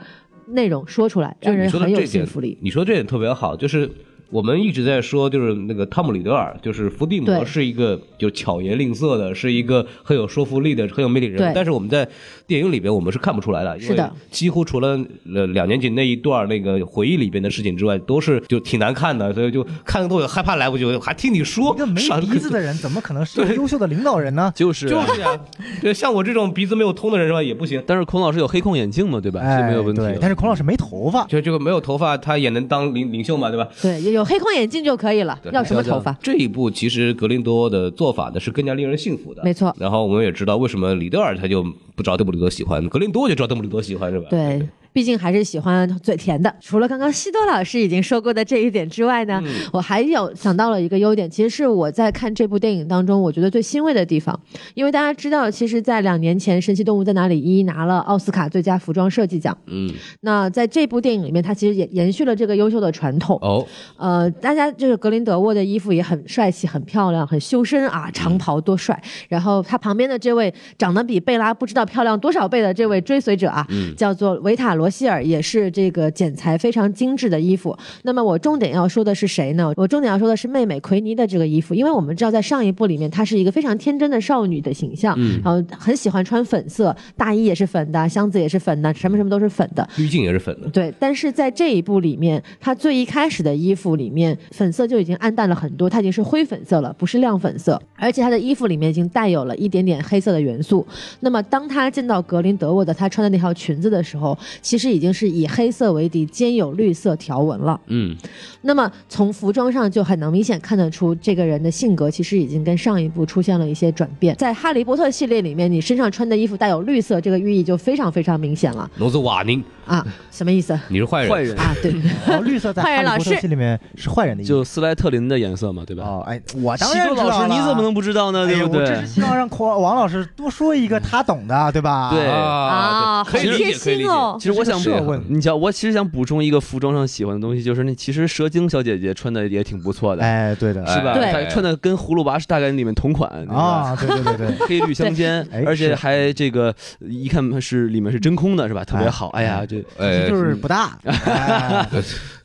内容说出来，让你人说的很有这信点服力，。你说这点特别好，就是我们一直在说，就是那个汤姆·里德尔，就是伏地魔对是一个就巧言令色的，是一个很有说服力的、很有魅力的人物对。但是我们在电影里边我们是看不出来的，因是为的几乎除了呃两年前那一段那个回忆里边的事情之外，都是就挺难看的，所以就看的都有害怕来不及，我就还听你说一个没上鼻子的人怎么可能是个优秀的领导人呢？就是啊。就是呀，对，像我这种鼻子没有通的人是吧，也不行。但是孔老师有黑框眼镜嘛，对吧？ [laughs] 是哎，没有问题对的。但是孔老师没头 [laughs] 发，就这个没有头发，他也能当领领袖嘛，对吧？对，有有黑框眼镜就可以了，要什么头发？这一步其实格林多沃的做法呢是更加令人信服的，没错然后我们也知道为什么里德尔他就不招邓布利多喜欢，格林多沃就招邓布利多喜欢是吧？对，毕竟还是喜欢嘴甜的。除了刚刚西多老师已经说过的这一点之外呢，我还有想到了一个优点，其实是我在看这部电影当中，我觉得最欣慰的地方，因为大家知道，其实，在两年前，《神奇动物在哪里一》拿了奥斯卡最佳服装设计奖。嗯，那在这部电影里面，它其实也延续了这个优秀的传统。哦，呃，大家就是格林德沃的衣服也很帅气、很漂亮、很修身啊，长袍多帅。然后他旁边的这位长得比贝拉不知道漂亮多少倍的这位追随者啊，叫做维塔罗·罗希尔也是这个剪裁非常精致的衣服。那么我重点要说的是谁呢？我重点要说的是妹妹奎妮的这个衣服，因为我们知道在上一部里面，她是一个非常天真的少女的形象，嗯然后很喜欢穿粉色，大衣也是粉的，箱子也是粉的，什么什么都是粉的。滤镜也是粉的。对，但是在这一部里面，她最一开始的衣服里面，粉色就已经暗淡了很多，它已经是灰粉色了，不是亮粉色，而且她的衣服里面已经带有了一点点黑色的元素。那么，当她见到格林德沃德她穿的那条裙子的时候，其实已经是以黑色为底，兼有绿色条纹了。嗯，那么从服装上就很能明显看得出，这个人的性格其实已经跟上一部出现了一些转变。在《哈利波特》系列里面，你身上穿的衣服带有绿色，这个寓意就非常非常明显了聋子瓦宁，啊！什么意思？你是坏人，坏人啊，对，然后绿色在《坏哈人利老波特师》系里面是坏人的意思。就斯莱特林的颜色嘛，对吧？哦，哎，我当西然多知道老师，了你怎么能不知道呢？哎对呦，不我对嗯这是？希望让王王老师多说一个他懂的，对吧？对啊，啊对可以好理贴解，可以理心解。哦其实我想这是个问你想，我其实想补充一个服装上喜欢的东西，就是那其实蛇精小姐姐穿的也挺不错的，哎，对的，哎是吧？对她穿的跟《葫芦娃》是大概里面同款对吧啊，对对对 [laughs] 对，黑绿相间哎，而且是还这个一看是里面是真空的，是吧？特别好。 [laughs] 哎呀，这哎，就是 [laughs] 不大。哎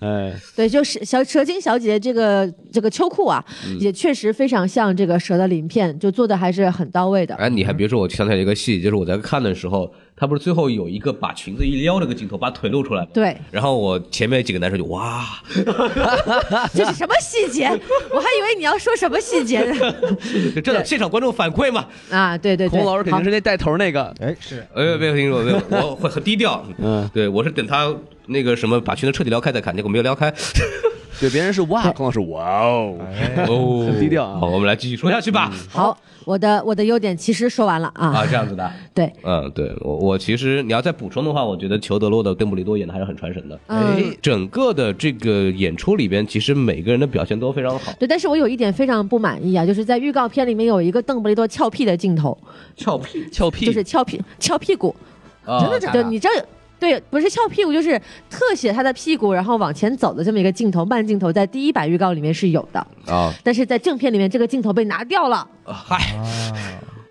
哎，对，就是小蛇精小姐姐这个这个秋裤啊，嗯也确实非常像这个蛇的鳞片，就做的还是很到位的。哎，你还别说，我想起来一个戏，就是我在看的时候，他不是最后有一个把裙子一撩这个镜头，把腿露出来吗？对，然后我前面几个男生就哇， [laughs] 这是什么细节？我还以为你要说什么细节呢。 [laughs] 就这现场观众反馈嘛，啊，对对对，孔老师肯定是那带头那个。哎，是哎，别听说，别 [laughs] 我会很低调，嗯，对我是等他那个什么把裙子彻底撩开再看，结果没有撩开，对，别人是哇，孔老师哇哦，哎 [laughs] 哦，很低调啊好，我们来继续说下去吧。好。好，我的我的优点其实说完了嗯啊。啊，这样子的，对，嗯，对我我其实你要再补充的话，我觉得裘德洛的邓布利多演的还是很传神的。嗯，整个的这个演出里边，其实每个人的表现都非常 [laughs] 好。对，但是我有一点非常不满意啊，就是在预告片里面有一个邓布利多翘屁的镜头，俏皮，翘就屁是翘屁翘屁股，哦啊真的假对，的？你知道有。对，不是翘屁股，就是特写他的屁股，然后往前走的这么一个镜头，慢镜头，在第一版预告里面是有的，哦啊，但是在正片里面这个镜头被拿掉了，嗨，啊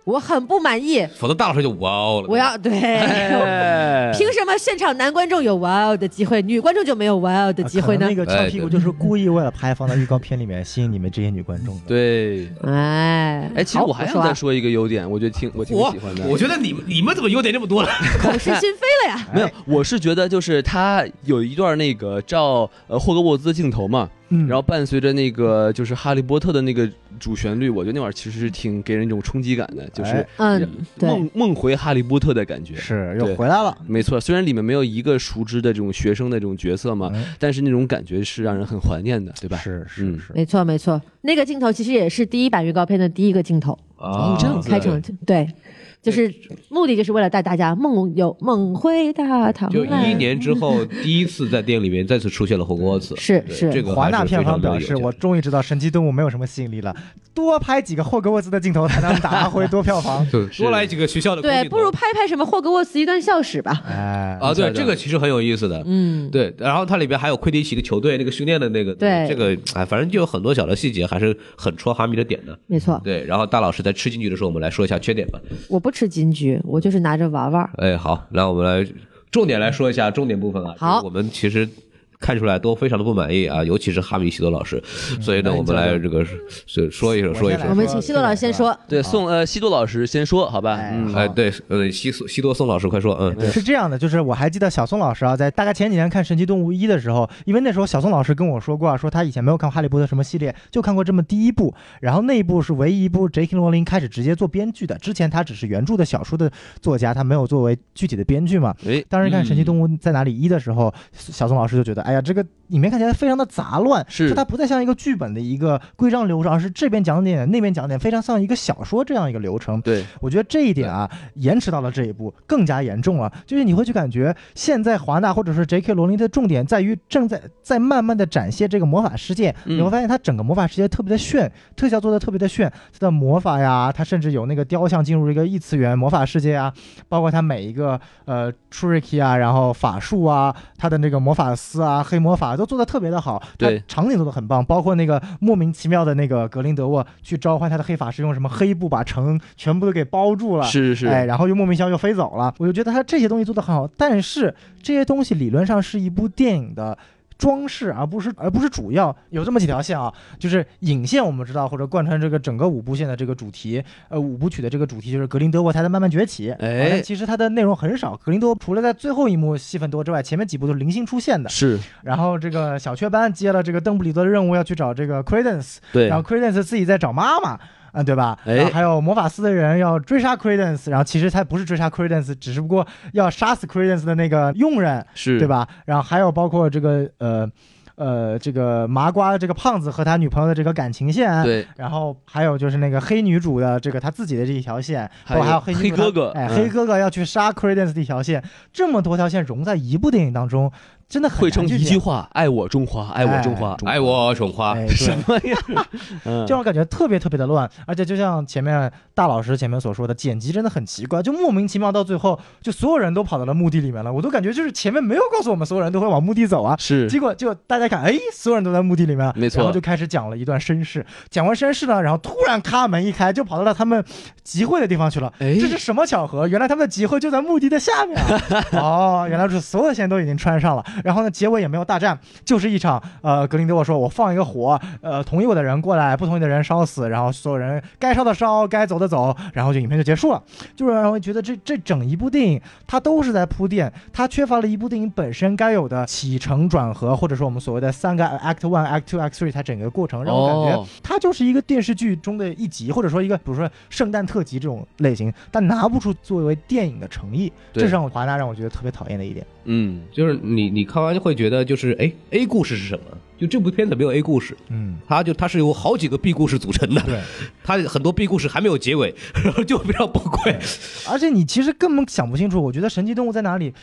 我很不满意。否则大老师就哇哦了。我要对， [laughs] 哎凭什么现场男观众有哇哦的机会，女观众就没有哇哦的机会啊可啊呢能那？个哎翘对屁股就是故意为了拍放在预告片里面吸引你们这些女观众的。对，哎，哎，其实好我还说想啊再说一个优点，我觉得挺我挺我喜欢的。我觉得你们你们怎么优点这么多了？口是心非 [laughs] 了呀。没有，我是觉得就是他有一段那个照呃霍格沃兹的镜头嘛，嗯然后伴随着那个就是哈利波特的那个主旋律，我觉得那会儿其实是挺给人一种冲击感的，就是哎嗯，对。梦梦回哈利波特的感觉。是对又回来了。没错，虽然里面没有一个熟知的这种学生的这种角色嘛，嗯但是那种感觉是让人很怀念的，对吧？是嗯是是，没错，没错，那个镜头其实也是第一版预告片的第一个镜头，哦这样子啊开场对，就是目的就是为了带大家梦游梦回大唐就来一年之 [laughs] 后，第一次在店里面再次出现了霍格沃茨。是对是这个华还纳是非片常方的有表示，价值。我终于知道神奇动物没有什么吸引力了，多拍几个霍格沃兹的镜头才能 [laughs] 打回多票房对多来几个学校的空对，气不如头拍拍什么霍格沃茨一段校史吧。哎，啊，对对这个其实很有意思的。嗯，对，然后它里边还有魁地奇的球队那个训练的那个，对这个哎，反正就有很多小的细节，还是很戳哈迷的点的。没错，对，然后大老师在吃进去的时候，我们来说一下缺点吧。我不吃金桔，我就是拿着玩玩儿。哎，好，那我们来重点来说一下重点部分啊。好就是我们其实看出来都非常的不满意啊，尤其是哈米西多老师，嗯所以呢，我们来这个是说一说说一我先说来。我们请西多老师先说，对，宋呃西多老师先说好吧，哎嗯，哎，对，呃，西索西多宋老师，快说，嗯，是这样的，就是我还记得小宋老师啊，在大概前几年看《神奇动物一》的时候，因为那时候小宋老师跟我说过啊，说他以前没有看过《哈利波特》什么系列，就看过这么第一部，然后那一部是唯一一部 J.K. 罗琳开始直接做编剧的，之前他只是原著的小说的作家，他没有作为具体的编剧嘛。哎，当时看《神奇物动物在哪里一》的时候，小宋老师就觉得，哎呀，这个里面看起来非常的杂乱，是说它不再像一个剧本的一个规章流程，而是这边讲点，那边讲点，非常像一个小说这样一个流程。对，我觉得这一点啊，延迟到了这一步，更加严重了。就是你会去感觉，现在华纳或者是 J.K. 罗琳的重点在于正在在慢慢的展现这个魔法世界。嗯你会发现它整个魔法世界特别的炫，特效做的特别的炫，它的魔法呀，它甚至有那个雕像进入一个异次元魔法世界啊，包括它每一个呃 t r i k 啊，然后法术啊，它的那个魔法丝啊、黑魔法都做的特别的好，对它场景做的很棒，包括那个莫名其妙的那个格林德沃去召唤他的黑法师，用什么黑布把城全部都给包住了，是是是，哎，然后又莫名其妙又飞走了。我就觉得他这些东西做得很好，但是这些东西理论上是一部电影的。装饰，而不是而不是主要，有这么几条线啊，就是引线，我们知道或者贯穿这个整个五部线的这个主题，呃，五部曲的这个主题就是格林德沃他在慢慢崛起。哎啊但其实它的内容很少，格林德沃除了在最后一幕戏份多之外，前面几部都是零星出现的。是然后这个小雀斑接了这个邓布利多的任务，要去找这个 Credence，对然后 Credence 自己在找妈妈。嗯，对吧？哎然后还有魔法师的人要追杀 Credence，然后其实他不是追杀 Credence，只是不过要杀死 Credence 的那个佣人，是，对？吧？然后还有包括这个呃呃这个麻瓜这个胖子和他女朋友的这个感情线，对，然后还有就是那个黑女主的这个她自己的这一条线，还包括还有有黑黑女主她哥哥哎，嗯黑哥哥要去杀 Credence 的一条线，这么多条线融在一部电影当中，真的很汇成难去一句讲话：爱我中华，爱我中华。哎爱我种花， [laughs] 哎，对。么呀？嗯 [laughs] 就让我感觉特别特别的乱，而且就像前面大老师前面所说的，剪辑真的很奇怪，就莫名其妙到最后，就所有人都跑到了墓地里面了，我都感觉就是前面没有告诉我们所有人都会往墓地走啊，是结果就大家看，哎，所有人都在墓地里面，没错然后就开始讲了一段身世，讲完身世呢，然后突然咔门一开，就跑到了他们集会的地方去了。哎这是什么巧合？原来他们的集会就在墓地的 [laughs] 下面啊！哦，原来是所有线都已经穿上了。然后呢，结尾也没有大战，就是一场呃，格林德沃说：“我放一个火，呃，同意我的人过来，不同意的人烧死，然后所有人该烧的烧，该走的走，然后就影片就结束了。”就是让我觉得这这整一部电影它都是在铺垫，它缺乏了一部电影本身该有的起承转合，或者说我们所谓的三个 Act One、Act Two、Act Three，它整个过程让我感觉哦，它就是一个电视剧中的一集，或者说一个比如说圣诞特辑这种类型，但拿不出作为电影的诚意，对这是让我华纳让我觉得特别讨厌的一点。嗯，就是你你看完就会觉得就是哎 A 故事是什么？就这部片子没有 A 故事，嗯，它就它是由好几个 B 故事组成的，对，它很多 B 故事还没有结尾，然后就非常崩溃。 [laughs] 而且你其实根本想不清楚，我觉得神奇动物在哪里。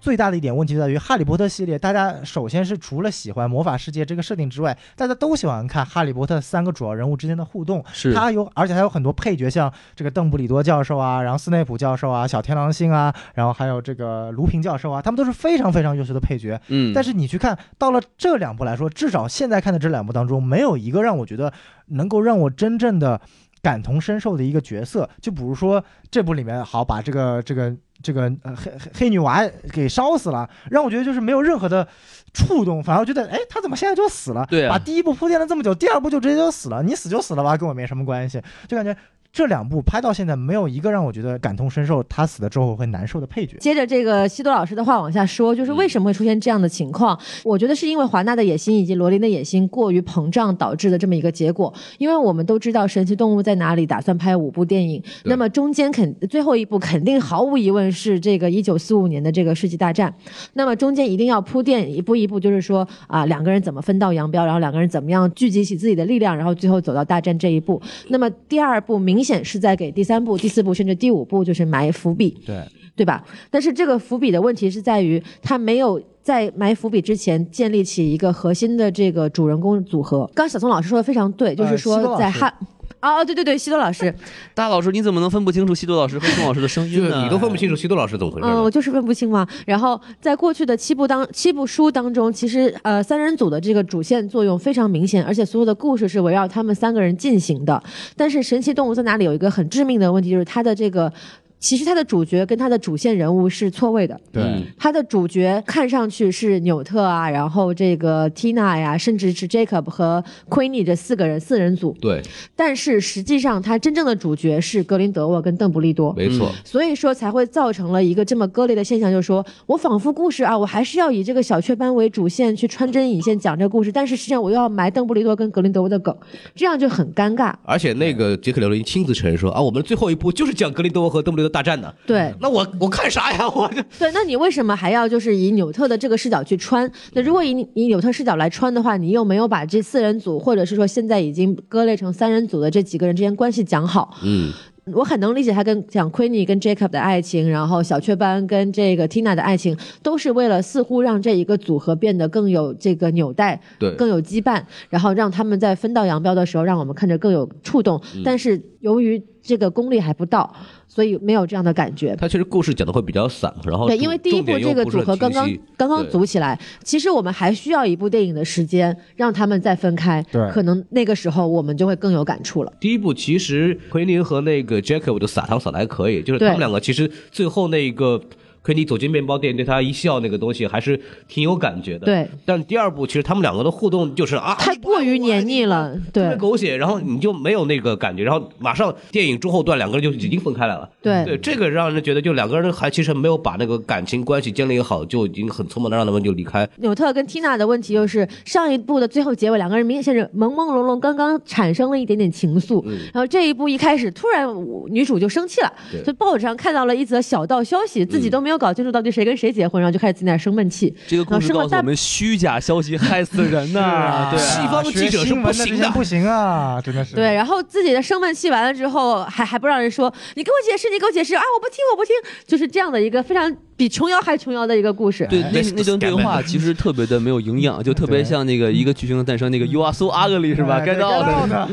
最大的一点问题在于，《哈利波特》系列，大家首先是除了喜欢魔法世界这个设定之外，大家都喜欢看哈利波特三个主要人物之间的互动。是他有，而且还有很多配角，像这个邓布利多教授啊，然后斯内普教授啊，小天狼星啊，然后还有这个卢平教授啊，他们都是非常非常优秀的配角。嗯，但是你去看到了这两部来说，至少现在看的这两部当中，没有一个让我觉得能够让我真正的感同身受的一个角色。就比如说这部里面，好把这个这个这个呃黑黑黑女娃给烧死了，让我觉得就是没有任何的触动，反而觉得哎，她怎么现在就死了？对啊把第一部铺垫了这么久，第二部就直接就死了，你死就死了吧，跟我没什么关系，就感觉。这两部拍到现在，没有一个让我觉得感同身受，她死了之后会难受的配角。嗯接着这个西多老师的话往下说，就是为什么会出现这样的情况？我觉得是因为华纳的野心以及罗琳的野心过于膨胀导致的这么一个结果。因为我们都知道《神奇动物在哪里》打算拍五部电影，对那么中间肯最后一部肯定毫无疑问是这个一九四五年的这个世纪大战。那么中间一定要铺垫一步一步，就是说啊、两个人怎么分道扬镳，然后两个人怎么样聚集起自己的力量，然后最后走到大战这一步。那么第二部明显是在给第三部、第四部甚至第五部就是埋伏笔，对对吧？但是这个伏笔的问题是在于，他没有在埋伏笔之前建立起一个核心的这个主人公组合。刚刚小宋老师说的非常对，就是呃西多说老在师汉。哦，对对对，西多老师，大老师你怎么能分不清楚西多老师和宋老师的声就音是呢？你都分不清楚西多老师怎么回事嗯，呢我。就是分不清嘛。然后在过去的七部当七部书当中，其实呃三人组的这个主线作用非常明显，而且所有的故事是围绕他们三个人进行的。但是《神奇动物在哪里》有一个很致命的问题，就是它的这个。其实它的主角跟它的主线人物是错位的，嗯它的主角看上去是纽特啊，然后这个 Tina 呀、甚至是 Jacob 和 Queenie 这四个人四人组，对，但是实际上它真正的主角是格林德沃跟邓布利多。没错，所以说才会造成了一个这么割裂的现象，就是说我仿佛故事啊，我还是要以这个小雀斑为主线去穿针引线讲这个故事，但是实际上我又要埋邓布利多跟格林德沃的梗，这样就很尴尬。而且那个杰克刘林亲自承认说啊，我们最后一部就是讲格林德沃和邓布利多大战的。对那我我看啥呀？ [laughs] 我这对，那你为什么还要就是以纽特的这个视角去穿？那如果以以纽特视角来穿的话，你又没有把这四人组，或者是说现在已经割裂成三人组的这几个人之间关系讲好，嗯，我很能理解他跟讲 Queenie 跟 Jacob 的爱情，然后小雀斑跟这个 Tina 的爱情，都是为了似乎让这一个组合变得更有这个纽带，对更有羁绊，然后让他们在分道扬镳的时候，让我们看着更有触动。但是由于这个功力还不到，所以没有这样的感觉。它其实故事讲的会比较散，然后对，主因为第一哦重部点又这个不是组合很刚刚清晰刚刚对组起来，其实我们还需要一部电影的时间，让他们再分开。对可能那个时候我们就会更有感触了。第一部其实奎宁和那个 Jacob 的撒糖撒的还可以，就是他对们两个其实最后那个奎尼走进面包店对他一笑那个东西还是挺有感觉的。对，但第二部其实他们两个的互动就是啊，太过于黏腻了，特别对狗血，然后你就没有那个感觉，然后马上电影中后段两个人就已经分开来了。对，对这个让人觉得就两个人还其实没有把那个感情关系建立好，就已经很匆忙的让他们就离开。纽特跟缇娜的问题就是上一部的最后结尾，两个人明显是朦朦胧胧，刚刚产生了一点点情愫，嗯然后这一部一开始突然我女主就生气了对，嗯就报纸上看到了一则小道消息，自己都没有搞清楚到底谁跟谁结婚，然后就开始自己在那生闷气。这个故事然后生告了诉我大们，虚假消息害死人 [laughs] 呐、对西啊，方记者是不行的学新闻的这些不行啊，真的是。对，然后自己的生闷气完了之后，还还不让人说，你给我解释，你给我解释啊！我不听，我不听，就是这样的一个非常比琼瑶还琼瑶的一个故事。对，那 That's 那段对 scandal 话其实特别的没有营养，就特别对像那个一个巨星的诞生那个 You are so ugly 是吧？哎该对到该的。的。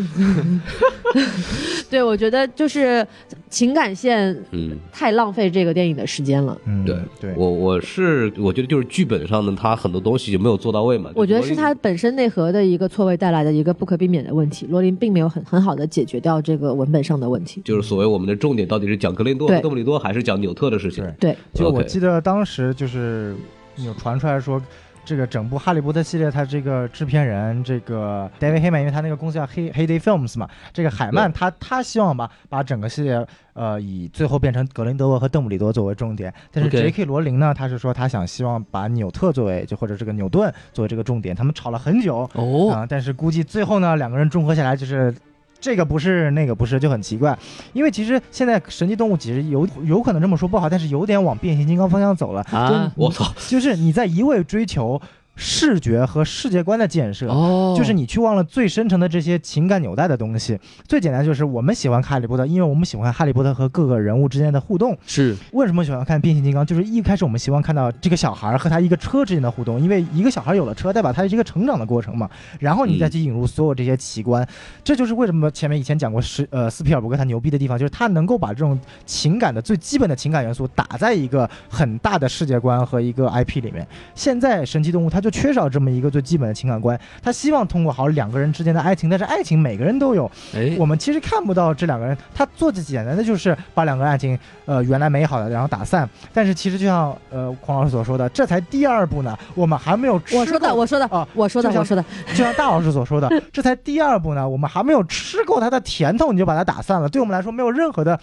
对，我觉得就是情感线嗯。太浪费这个电影的时间了。嗯，对对，我我是我觉得就是剧本上呢，他很多东西就没有做到位嘛。我觉得罗是琳它本身内核的一个错位带来的一个不可避免的问题。罗琳并没有很很好的解决掉这个文本上的问题。就是所谓我们的重点到底是讲格林多对邓布利多还是讲纽特的事情？对对，就我 OK 记得当时就是有传出来说。这个整部《哈利波特》系列，它这个制片人这个 David Heyman，因为他那个公司叫黑 Heyday Films 嘛，这个海曼他他希望吧，把整个系列呃以最后变成格林德沃和邓布利多作为重点，但是 OK J.K. 罗琳呢，他是说他想希望把纽特作为就或者这个牛顿作为这个重点，他们吵了很久，哦，啊、但是估计最后呢，两个人综合下来就是。这个不是，那个不是，就很奇怪。因为其实现在神奇动物其实有有可能这么说不好，但是有点往变形金刚方向走了。啊我操，就是你在一味追求视觉和世界观的建设，哦，就是你去忘了最深层的这些情感纽带的东西。最简单就是我们喜欢哈利波特，因为我们喜欢哈利波特和各个人物之间的互动。是为什么喜欢看变形金刚？就是一开始我们希望看到这个小孩儿和他一个车之间的互动，因为一个小孩有了车，代表他是一个成长的过程嘛。然后你再去引入所有这些奇观，这就是为什么前面以前讲过是呃斯皮尔伯格他牛逼的地方，就是他能够把这种情感的最基本的情感元素打在一个很大的世界观和一个 IP 里面。现在神奇动物它就缺少这么一个最基本的情感观，他希望通过好两个人之间的爱情，但是爱情每个人都有，哎，我们其实看不到这两个人，他做的简单的就是把两个爱情，呃，原来美好的然后打散。但是其实就像呃孔老师所说的，这才第二步呢，我们还没有吃够。我说的，我说的，啊我说的，就像我说的，就像大老师所 [laughs] 说的，这才第二步呢，我们还没有吃够它的甜头，你就把它打散了，对我们来说没有任何的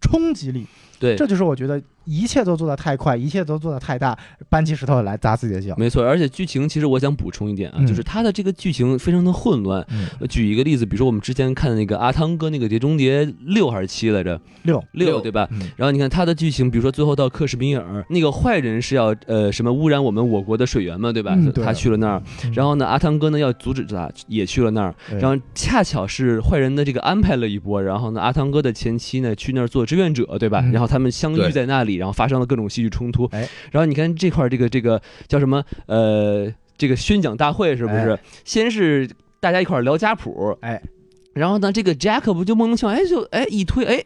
冲击力。对，这就是我觉得一切都做得太快，一切都做得太大，搬起石头来砸自己的脚。没错，而且剧情其实我想补充一点啊，嗯就是它的这个剧情非常的混乱。嗯，呃举一个例子，比如说我们之前看的那个阿汤哥那个《碟中谍》六还是七来着？六，六六对吧？嗯然后你看它的剧情，比如说最后到克什米尔，那个坏人是要呃什么污染我们我国的水源嘛，对吧？嗯对他去了那儿，啊然后呢，阿汤哥呢要阻止他，也去了那儿。对然后恰巧是坏人的这个安排了一波，然后呢，阿汤哥的前妻呢去那儿做志愿者，对吧？嗯然后他们相遇对在那里，然后发生了各种戏剧冲突。哎然后你看这块儿这个这个叫什么？呃，这个宣讲大会是不是？先是大家一块儿聊家谱，哎，然后呢，这个 Jacob 就莫名其妙，哎，就哎一推，哎，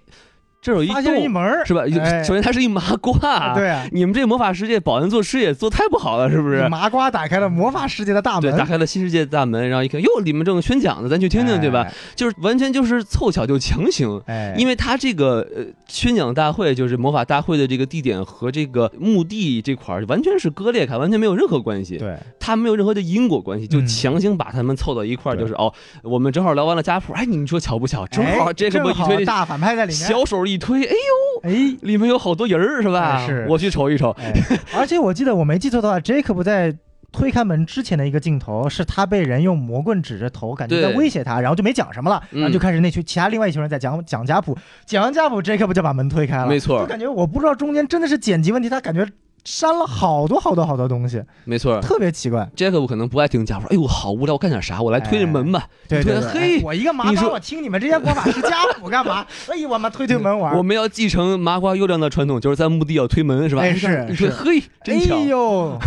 这儿有一发现了一洞，门儿是吧？哎首先它是一麻瓜，对啊，你们这魔法世界保安做事也做太不好了，是不是？麻瓜打开了魔法世界的大对，门，打开了新世界的大门，然后一看，哟，里面正宣讲呢，咱去听听，对吧？？就是完全就是凑巧就强行。哎，因为为他这个呃宣讲大会，就是魔法大会的这个地点和这个墓地这块儿完全是割裂开，完全没有任何关系，对，他没有任何的因果关系，就嗯强行把他们凑到一块儿，对就是哦，我们正好聊完了家谱，哎，你说巧不巧？正好哎这个正我一好推，大反派在里面，小手一推，哎，哎。里面有好多人儿是吧？哎是我去瞅一瞅，哎而且我记得我没记错的话，Jacob 在推开门之前的一个镜头，是他被人用魔棍指着头，感觉在对威胁他，然后就没讲什么了，嗯然后就开始那群其他另外一群人在讲讲家谱，讲完家谱，Jacob 就把门推开了，没错就感觉我不知道中间真的是剪辑问题，他感觉。删了好多好多好多东西，没错儿。特别奇怪。杰克，我可能不爱听家伙，哎呦，好无聊，我干点啥？我来推推门吧。哎对对对，对嘿哎我一个麻你瓜，说我听你们这些魔法 [laughs] 师家谱干嘛？哎呦我妈推推门玩我儿，们要继承麻瓜优良的传统，就是在墓地要推门，是吧？哎是你说是嘿，哎真巧。 [laughs] 呦，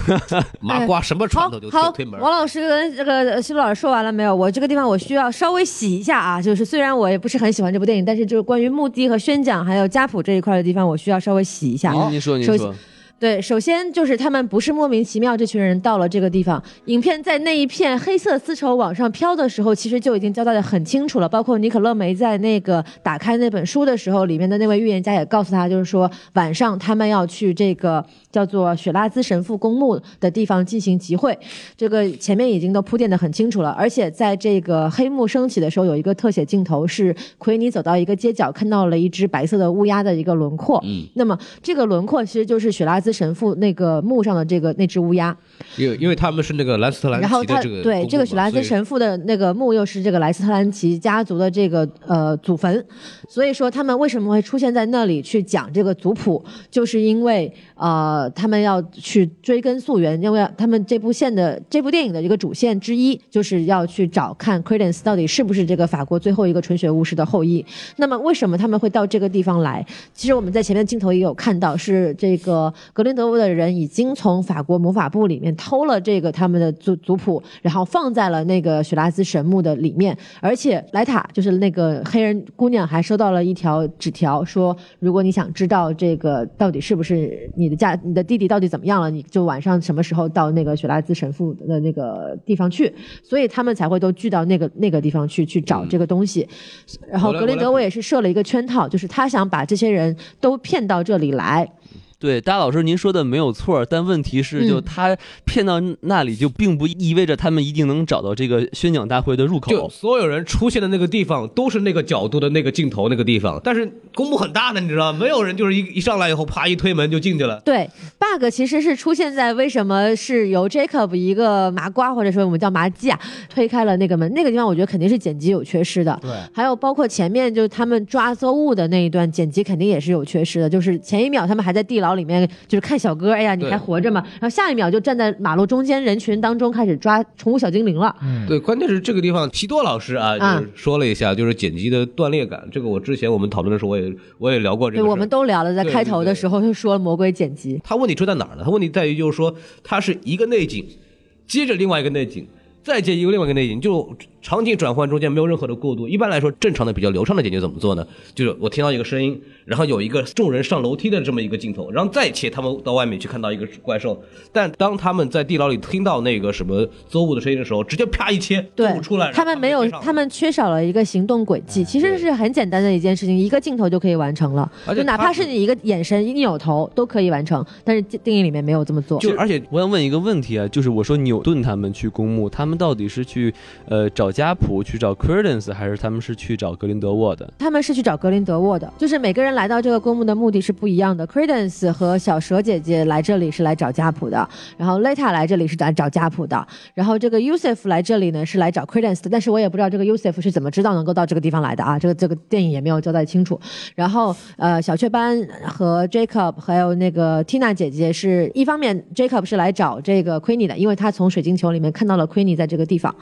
麻瓜什么哎好传统就推好推，门儿。王老师跟这个呃西路老师说完了没有？我这个地方我需要稍微洗一下啊，就是虽然我也不是很喜欢这部电影，但是就是关于墓地和宣讲还有家谱这一块的地方，我需要稍微洗一下。您您说您首说，对，首先就是他们不是莫名其妙这群人到了这个地方。影片在那一片黑色丝绸往上飘的时候，其实就已经交代的很清楚了。包括尼可乐梅在那个打开那本书的时候，里面的那位预言家也告诉他，就是说晚上他们要去这个叫做雪拉兹神父公墓的地方进行集会。这个前面已经都铺垫的很清楚了，而且在这个黑幕升起的时候，有一个特写镜头是奎尼走到一个街角，看到了一只白色的乌鸦的一个轮廓。嗯，那么这个轮廓其实就是雪拉兹神父那个墓上的这个那只乌鸦，因为因为他们是那个兰斯特兰然后奇他的这个对公这个墓雪嘛拉兹，神父的那个墓又是这个莱斯特兰奇家族的这个呃祖坟，所以说他们为什么会出现在那里去讲这个族谱，就是因为呃他们要去追根溯源，因为他们这部线的这部电影的一个主线之一就是要去找看 Credence 到底是不是这个法国最后一个纯血巫师的后裔。那么为什么他们会到这个地方来？其实我们在前面镜头也有看到，是这个格林德沃的人已经从法国魔法部里面偷了这个他们的族族谱，然后放在了那个雪拉兹神墓的里面。而且莱塔就是那个黑人姑娘，还收到了一条纸条，说如果你想知道这个到底是不是你的家、你的弟弟到底怎么样了，你就晚上什么时候到那个雪拉兹神父的那个地方去。所以他们才会都聚到那个那个地方去去找这个东西。然后嗯我来格雷我来德沃也是设了一个圈套，就是他想把这些人都骗到这里来。对，大老师您说的没有错儿，但问题是，就嗯他骗到那里，就并不意味着他们一定能找到这个宣讲大会的入就口。所有人出现的那个地方都是那个角度的那个镜头那个地方，但是公墓很大的，你知道吗，没有人就是一一上来以后啪一推门就进去了。对，bug 其实是出现在为什么是由 Jacob 一个麻瓜或者说我们叫麻鸡啊推开了那个门，那个地方我觉得肯定是剪辑有缺失的。对，还有包括前面就是他们抓邹物的那一段剪辑肯定也是有缺失的，就是前一秒他们还在地牢里面就是看小哥，哎呀你对还活着吗？然后下一秒就站在马路中间人群当中开始抓宠物小精灵了。嗯，对，关键是这个地方，皮多老师啊，啊就是说了一下，就是剪辑的断裂感。这个我之前我们讨论的时候，我也我也聊过这对，个事儿。我们都聊了，在对开对头的对时候就说了魔鬼剪辑。他问题出在哪儿呢？他问题在于就是说，它是一个内景，接着另外一个内景，再接一个另外一个内景，就场景转换中间没有任何的过渡。一般来说，正常的比较流畅的剪辑怎么做呢？就是我听到一个声音，然后有一个众人上楼梯的这么一个镜头，然后再切他们到外面去看到一个怪兽。但当他们在地牢里听到那个什么邹物的声音的时候，直接啪一切，邹对物出来，，他们没有，他们缺少了一个行动轨哎迹，其实是很简单的一件事情，一个镜头就可以完成了，而且就哪他怕是你一个眼神一扭头都可以完成，但是电影里面没有这么做。就而且我想问一个问题啊，就是我说牛顿他们去公墓，他们到底是去呃找家谱、去找 Credence，还是他们是去找格林德沃的？他们是去找格林德沃的，就是每个人来到这个公墓的目的是不一样的。Credence 和小蛇姐姐来这里是来找家谱的，然后 Leta 来这里是来找家谱的，然后这个 Yusuf 来这里呢是来找 Credence 的，但是我也不知道这个 Yusuf 是怎么知道能够到这个地方来的啊，这个这个电影也没有交代清楚。然后呃，小雀斑和 Jacob 还有那个 Tina 姐姐是一方面，Jacob 是来找这个 Queenie 的，因为他从水晶球里面看到了 Queenie 在这个地方，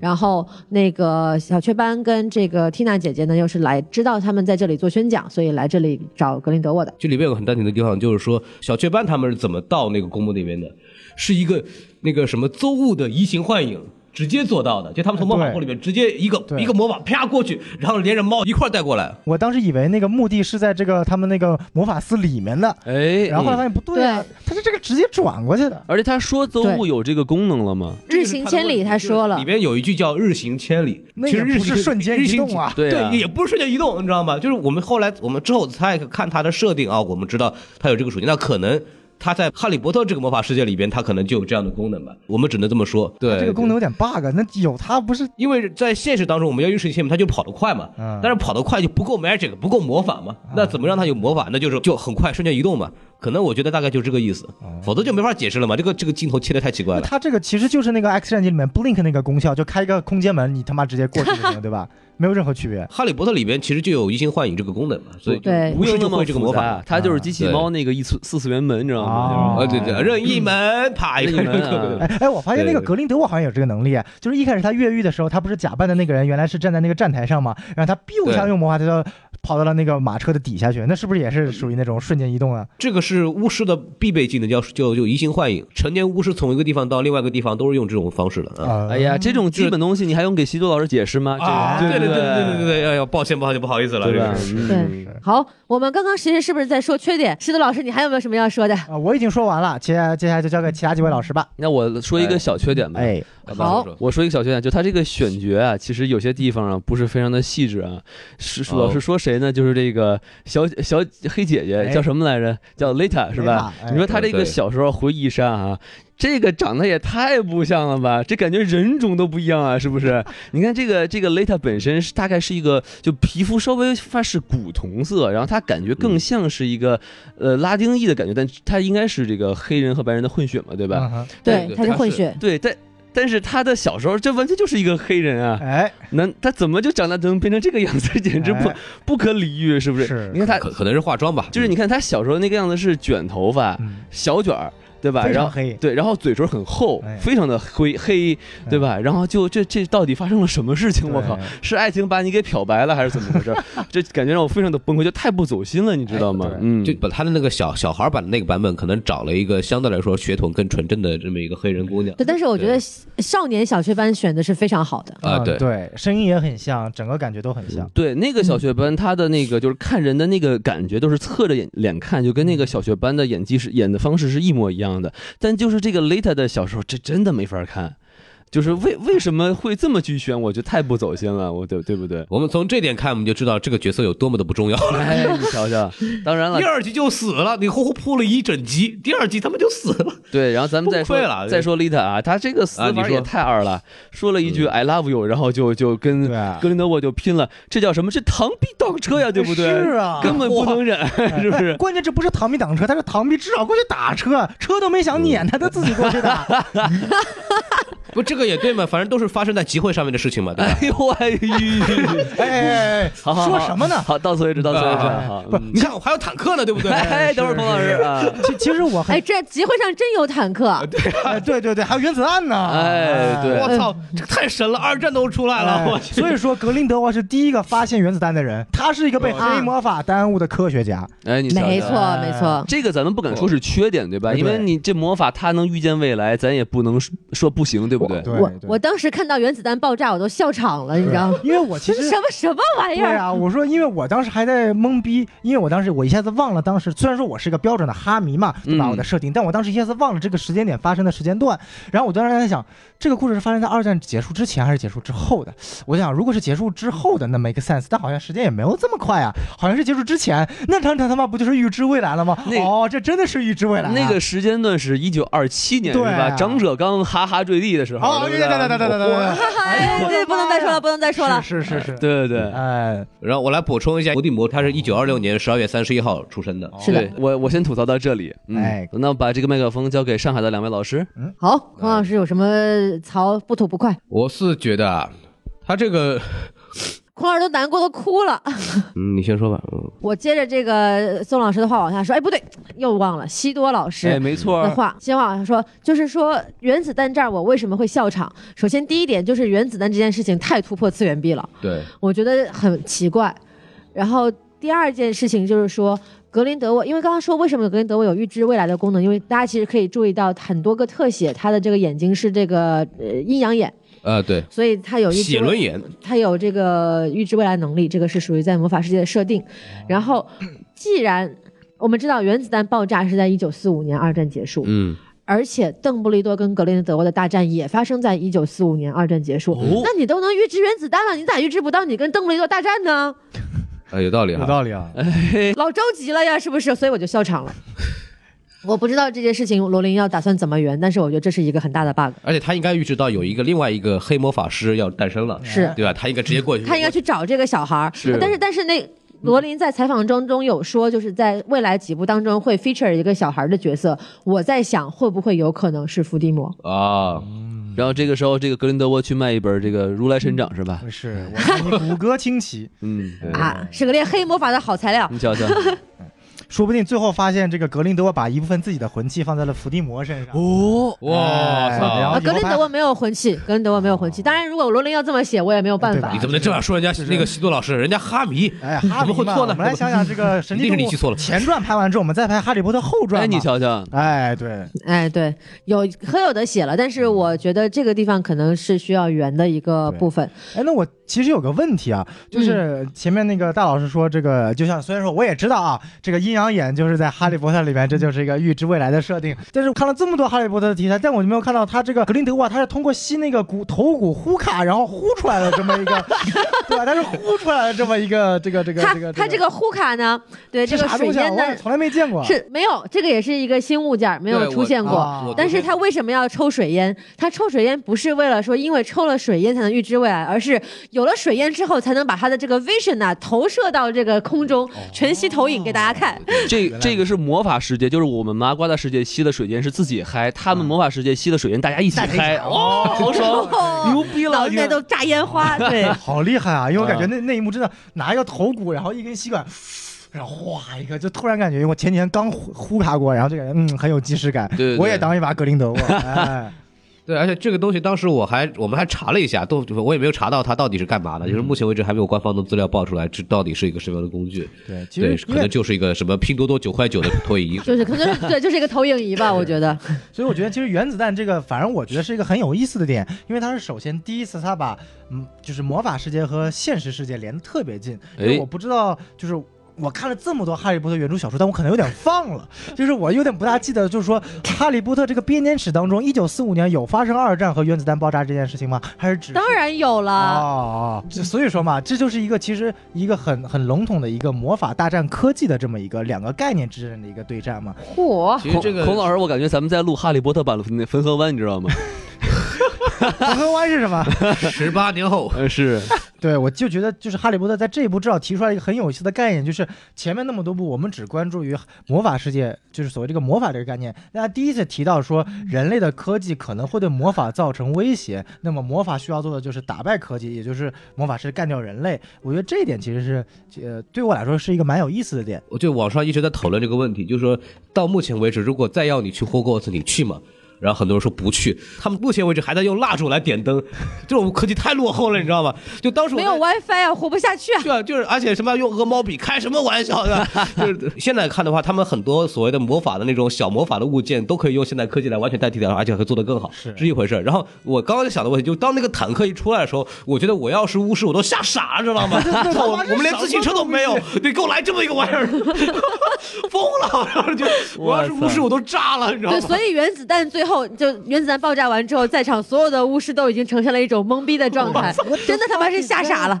然后那个小雀斑跟这个 Tina 姐姐呢，又是来知道他们在这里做宣讲，所以来这里找格林德沃的。就里面有个很单纯的地方，就是说小雀斑他们是怎么到那个公墓那边的，是一个那个什么邹物的移形换影。直接做到的，就他们从魔法哎对部里面直接一个对一个魔法啪过去，然后连着猫一块儿带过来。我当时以为那个墓地是在这个他们那个魔法寺里面的，哎，然后后来发现不对啊对，他是这个直接转过去的。而且他说邹物对有这个功能了吗？日行千里，他说了里，边有一句叫“日行千里”，那其也实日不行是瞬间日移行动 [laughs] 啊对啊对，也不是瞬间移动，你知道吗？就是我们后来我们之后才看它的设定啊，我们知道它有这个属性，那可能。它在《哈利波特》这个魔法世界里边，它可能就有这样的功能吧，我们只能这么说。对，这个功能有点 bug，那有它不是因为在现实当中，我们要用神仙嘛，他就跑得快嘛，嗯嗯但是跑得快就不够 magic，不够魔法嘛，那怎么让他有魔法？那就是就很快瞬间移动嘛。可能我觉得大概就这个意思，嗯哦否则就没法解释了嘛。这个这个镜头切的太奇怪那了。它这个其实就是那个 X 战警里面 blink 那个功效，就开一个空间门，你他妈直接过去就行了，对吧？ [laughs] 没有任何区别。哈利波特里边其实就有移形换影这个功能嘛，所以就对不不是用就那会么这个魔复法啊杂。它就是机器对猫那个一次四次元门，你知道哦吗？啊，对对，任意门，啪一嗯任 [laughs] 意门个啊，哎哎，我发现那个对格林德沃好像有这个能力，啊就是一开始他越狱的时候，他不是假扮的那个人原来是站在那个站台上嘛，然后他 biu 一下对用魔法，他就跑到了那个马车的底下去，那是不是也是属于那种瞬间移动啊？这个是巫师的必备技能，叫就就移形换影。成年巫师从一个地方到另外一个地方都是用这种方式的啊。啊，哎呀，这种基本东西你还用给习多老师解释吗？啊，对对对对对对对对对，哎呀，抱歉抱歉，不好意思了，对这吧个是？嗯对好，我们刚刚其实是不是在说缺点？石头老师，你还有没有什么要说的？ [laughs] 啊，我已经说完了，接下接下来就交给其他几位老师吧。那我说一个小缺点吧。哎，好吧好说说我说一个小缺点，就他这个选角啊，其实有些地方啊不是非常的细致啊。是哦老师说谁呢？就是这个小小黑姐姐哎叫什么来着？叫 Lita 是吧？哎你说他这对个小时候回忆杀啊，这个长得也太不像了吧？这感觉人种都不一样啊，是不 [laughs] 是？你看这个这个 Lita 本身是大概是一个就皮肤稍微发是古铜色，然后他感觉嗯更像是一个、呃拉丁裔的感觉，但他应该是这个黑人和白人的混血嘛，对吧？ [laughs] 嗯哼对对他是他混是血，对，但但是他的小时候这完全就是一个黑人啊， [laughs] 哎，能他怎么就长大能变成这个样子？简直不哎不可理喻，是不是？是你看他可可能是化妆吧，就是你看他小时候那个样子是卷头发、 [laughs] 嗯小卷儿，对吧？非然常后黑，对，然后嘴唇很厚哎，非常的灰黑，对吧？然后就这这到底发生了什么事情？我靠！对，是爱情把你给漂白了，还是怎么回事？ [laughs] 这感觉让我非常的崩溃，就太不走心了，你知道吗哎？对嗯，就把他的那个小小孩版的那个版本，可能找了一个相对来说血统更纯正的这么一个黑人姑娘对，但是我觉得少年小学班选的是非常好 [laughs] 的。啊，嗯对，对，声音也很像，整个感觉都很像。嗯对，那个小学班他的那个就是看人的那个感觉都是侧着眼脸看，就跟那个小学班的演技是演的方式是一模一样的。但就是这个 Lita 的小时候，这真的没法看，就是为为什么会这么去选，我觉得太不走心了，我对对不对 [laughs] ？我们从这点看，我们就知道这个角色有多么的不重要。 [laughs] 哎，你瞧瞧，当然了第，二集就死了，你呼呼扑了一整集，第二集他们就死了。对，然后咱们再说崩溃了再说 Lita 啊，他这个死啊你法说也太二了，说了一句 I love you，然后就就跟对啊格林德沃就拼了，这叫什么？这螳臂挡车呀，对不对？是 [laughs] 啊，根本不能忍，是不是？关键这不是螳臂挡车，他是螳臂至少过去打车，车都没想撵嗯他，他自己过去 [laughs] 哎打。不，这个也对嘛，反正都是发生在集会上面的事情嘛，对吧？哎呦 [laughs] 哎呦！哎哎哎，好好好说什么呢？好，到此为止，到此为止。啊好，不嗯你看我还有坦克呢，对不对？哎，等会儿是孔老师啊，其其实我哎，很这集会上真有坦克，哎对对对，还有原子弹呢。哎对我操，这个太神了，二战都出来了，我哎去。所以说格林德沃是第一个发现原子弹的人，他是一哦个被啊黑魔法耽误的科学家。哎，你瞧瞧没错哎没错，这个咱们不敢说是缺点，对吧？哎对因为你这魔法它能预见未来，咱也不能说说不行，对不对？对我对我当时看到原子弹爆炸，我都笑场了，你知道吗？因为我其这是 [laughs] 实什么什么哎玩意对儿？啊，我说，因为我当时还在懵逼，因为我当时我一下子忘了当时，虽然说我是一个标准的哈迷嘛，对吧？嗯我的设定，但我当时一下子忘了这个时间点发生的时间段。然后我当时在想，这个故事是发生在二战结束之前还是结束之后的？我想，如果是结束之后的，那 make sense，但好像时间也没有这么快啊，好像是结束之前，那他他他妈不就是预知未来了吗？那哦，这真的是预知未来、啊。那个时间段是一九二七年，是对啊吧？长者刚哈哈坠地的时候，哦，对对不对对对对对对对，哎，对，不能再说了，不能再说了。是是是是，对对对。哎，然后我来补充一下，伏地魔他是一九二六年十二月三十一号出生的。是的对我，我先吐槽到这里。嗯哎，那我把这个麦克风交给上海的两位老师。好，孔老师有什么槽不吐不快？我是觉得啊，他这个，孔老师都难过的哭了。嗯，你先说吧。嗯我接着这个宋老师的话往下说，哎，不对，又忘了西多老师。哎，没错的儿，话，先往下说，就是说原子弹这儿，我为什么会笑场？首先，第一点就是原子弹这件事情太突破次元壁了，对，我觉得很奇怪。然后第二件事情就是说，格林德沃，因为刚刚说为什么格林德沃有预知未来的功能，因为大家其实可以注意到很多个特写，他的这个眼睛是这个呃阴阳眼，啊，对，所以他有预知写未轮眼，他有这个预知未来能力，这个是属于在魔法世界的设定。然后，既然我们知道原子弹爆炸是在一九四五年二战结束，嗯，而且邓布利多跟格林德沃的大战也发生在一九四五年二战结束，哦那你都能预知原子弹了，你咋预知不到你跟邓布利多大战呢？啊，有道理有哈。道理啊，老着急了呀，是不是？所以我就笑场了。我不知道这件事情罗琳要打算怎么圆，但是我觉得这是一个很大的 bug，而且他应该预知到有一个另外一个黑魔法师要诞生了，是对吧？他应该直接过去，他应该去找这个小孩儿。是但是但是那罗琳在采访当中有说，就是在未来几部当中会 feature 一个小孩的角色。我在想，会不会有可能是伏地魔？啊，然后这个时候，这个格林德沃去卖一本这个《如来神掌》是吧？是，我 [laughs] 看你骨骼清奇，嗯，对啊，是个练黑魔法的好材料 [laughs] 你。瞧瞧，说不定最后发现这个格林德沃把一部分自己的魂器放在了伏地魔身上。哦，哇哎然啊，后操！格林德沃没有魂器，格林德沃没有魂器。当然，如果罗琳要这么写，我也没有办对法吧你。怎么能这样说人家那个西多老师？人家哈迷，哎呀，哈怎利么会嘛错呢我 [laughs] 们来想想这个《神奇一定是动你物记》错了前传拍完之后，我们再拍《哈利波特》后传嘛。哎，你瞧瞧，哎，对，哎，对，有很有的写了，但是我觉得这个地方可能是需要圆的一个部分。哎，那我其实有个问题啊，就是前面那个大老师说这个，就像虽然说我也知道啊，这个阴阳眼就是在《哈利波特》里面，这就是一个预知未来的设定。但是我看了这么多《哈利波特》的题材，但我就没有看到他这个格林德沃，他是通过吸那个骨头骨呼卡，然后呼出来的这么一个，对吧？他是呼出来的这么一个这个这个他这个他这个呼卡呢，对这是个啥水东西啊？烟我也呢从来没见过。是没有，这个也是一个新物件儿，没有对出现我过。啊。但是他为什么要抽水烟？他抽水烟不是为了说因为抽了水烟才能预知未来，而是有了水烟之后才能把他的这个 vision 呐、投射到这个空中，全息投影给大家看。这这个是魔法世界，就是我们麻瓜的世界吸了水烟是自己嗨，他们魔法世界吸了水烟大家一起嗨，哦，好爽，牛逼了，脑袋都炸烟花， [laughs] 对 [laughs] 好厉害啊！因为我嗯感觉那那一幕真的拿一个头骨，然后一根吸管，然后哗一个，就突然感觉我前几天刚呼呼卡过，然后就感觉嗯很有即视感。对对我也当一把格林德沃。 [laughs] 哎，对，而且这个东西当时我还我们还查了一下，都我也没有查到它到底是干嘛的，嗯就是目前为止还没有官方的资料爆出来，这到底是一个什么样的工具？对，其对实，可因为能就是一个什么拼多多九块九的投影仪。就是可能就是对，就是一个投影仪吧，我觉得。所以我觉得其实原子弹这个，反正我觉得是一个很有意思的点，因为它是首先第一次它把嗯就是魔法世界和现实世界连得特别近，因为哎我不知道就是。我看了这么多《哈利波特》原著小说，但我可能有点忘了，就是我有点不大记得，就是说《哈利波特》这个编年史当中，一九四五年有发生二战和原子弹爆炸这件事情吗？还是只是当然有了，哦，这所以说嘛，这就是一个其实一个很很笼统的一个魔法大战科技的这么一个两个概念之间的一个 [laughs] 对战嘛。嚯！其实孔这个孔老师，我感觉咱们在录《哈利波特》版的那汾河湾，你知道吗？红河湾是什么？十八年后，呃，是，对，我就觉得就是《哈利波特》在这一步至少提出来一个很有意思的概念，就是前面那么多部我们只关注于魔法世界，就是所谓这个魔法这个概念。那他第一次提到说人类的科技可能会对魔法造成威胁，那么魔法需要做的就是打败科技，也就是魔法师干掉人类。我觉得这一点其实是呃对我来说是一个蛮有意思的点。我就网上一直在讨论这个问题，就是说到目前为止，如果再要你去霍格沃茨，你去吗？然后很多人说不去，他们目前为止还在用蜡烛来点灯，这种科技太落后了，你知道吗？就当时我没在有 WiFi 啊，活不下去啊！ [laughs] 对啊，就是而且什么用鹅毛笔，开什么玩笑的？就是 [laughs] 现在看的话，他们很多所谓的魔法的那种小魔法的物件，都可以用现代科技来完全代替掉，而且会做得更好，是一回事儿。然后我刚刚就想的问题，就当那个坦克一出来的时候，我觉得我要是巫师，我都吓傻了，知道吗？操 [laughs] 我我们连自行车都没有，你给我来这么一个玩意儿， [laughs] 疯了！然后就我要是巫师，我都炸了，你知道对，吗？所以原子弹最后就原子弹爆炸完之后，在场所有的巫师都已经呈现了一种懵逼的状态，真的他妈是吓傻了。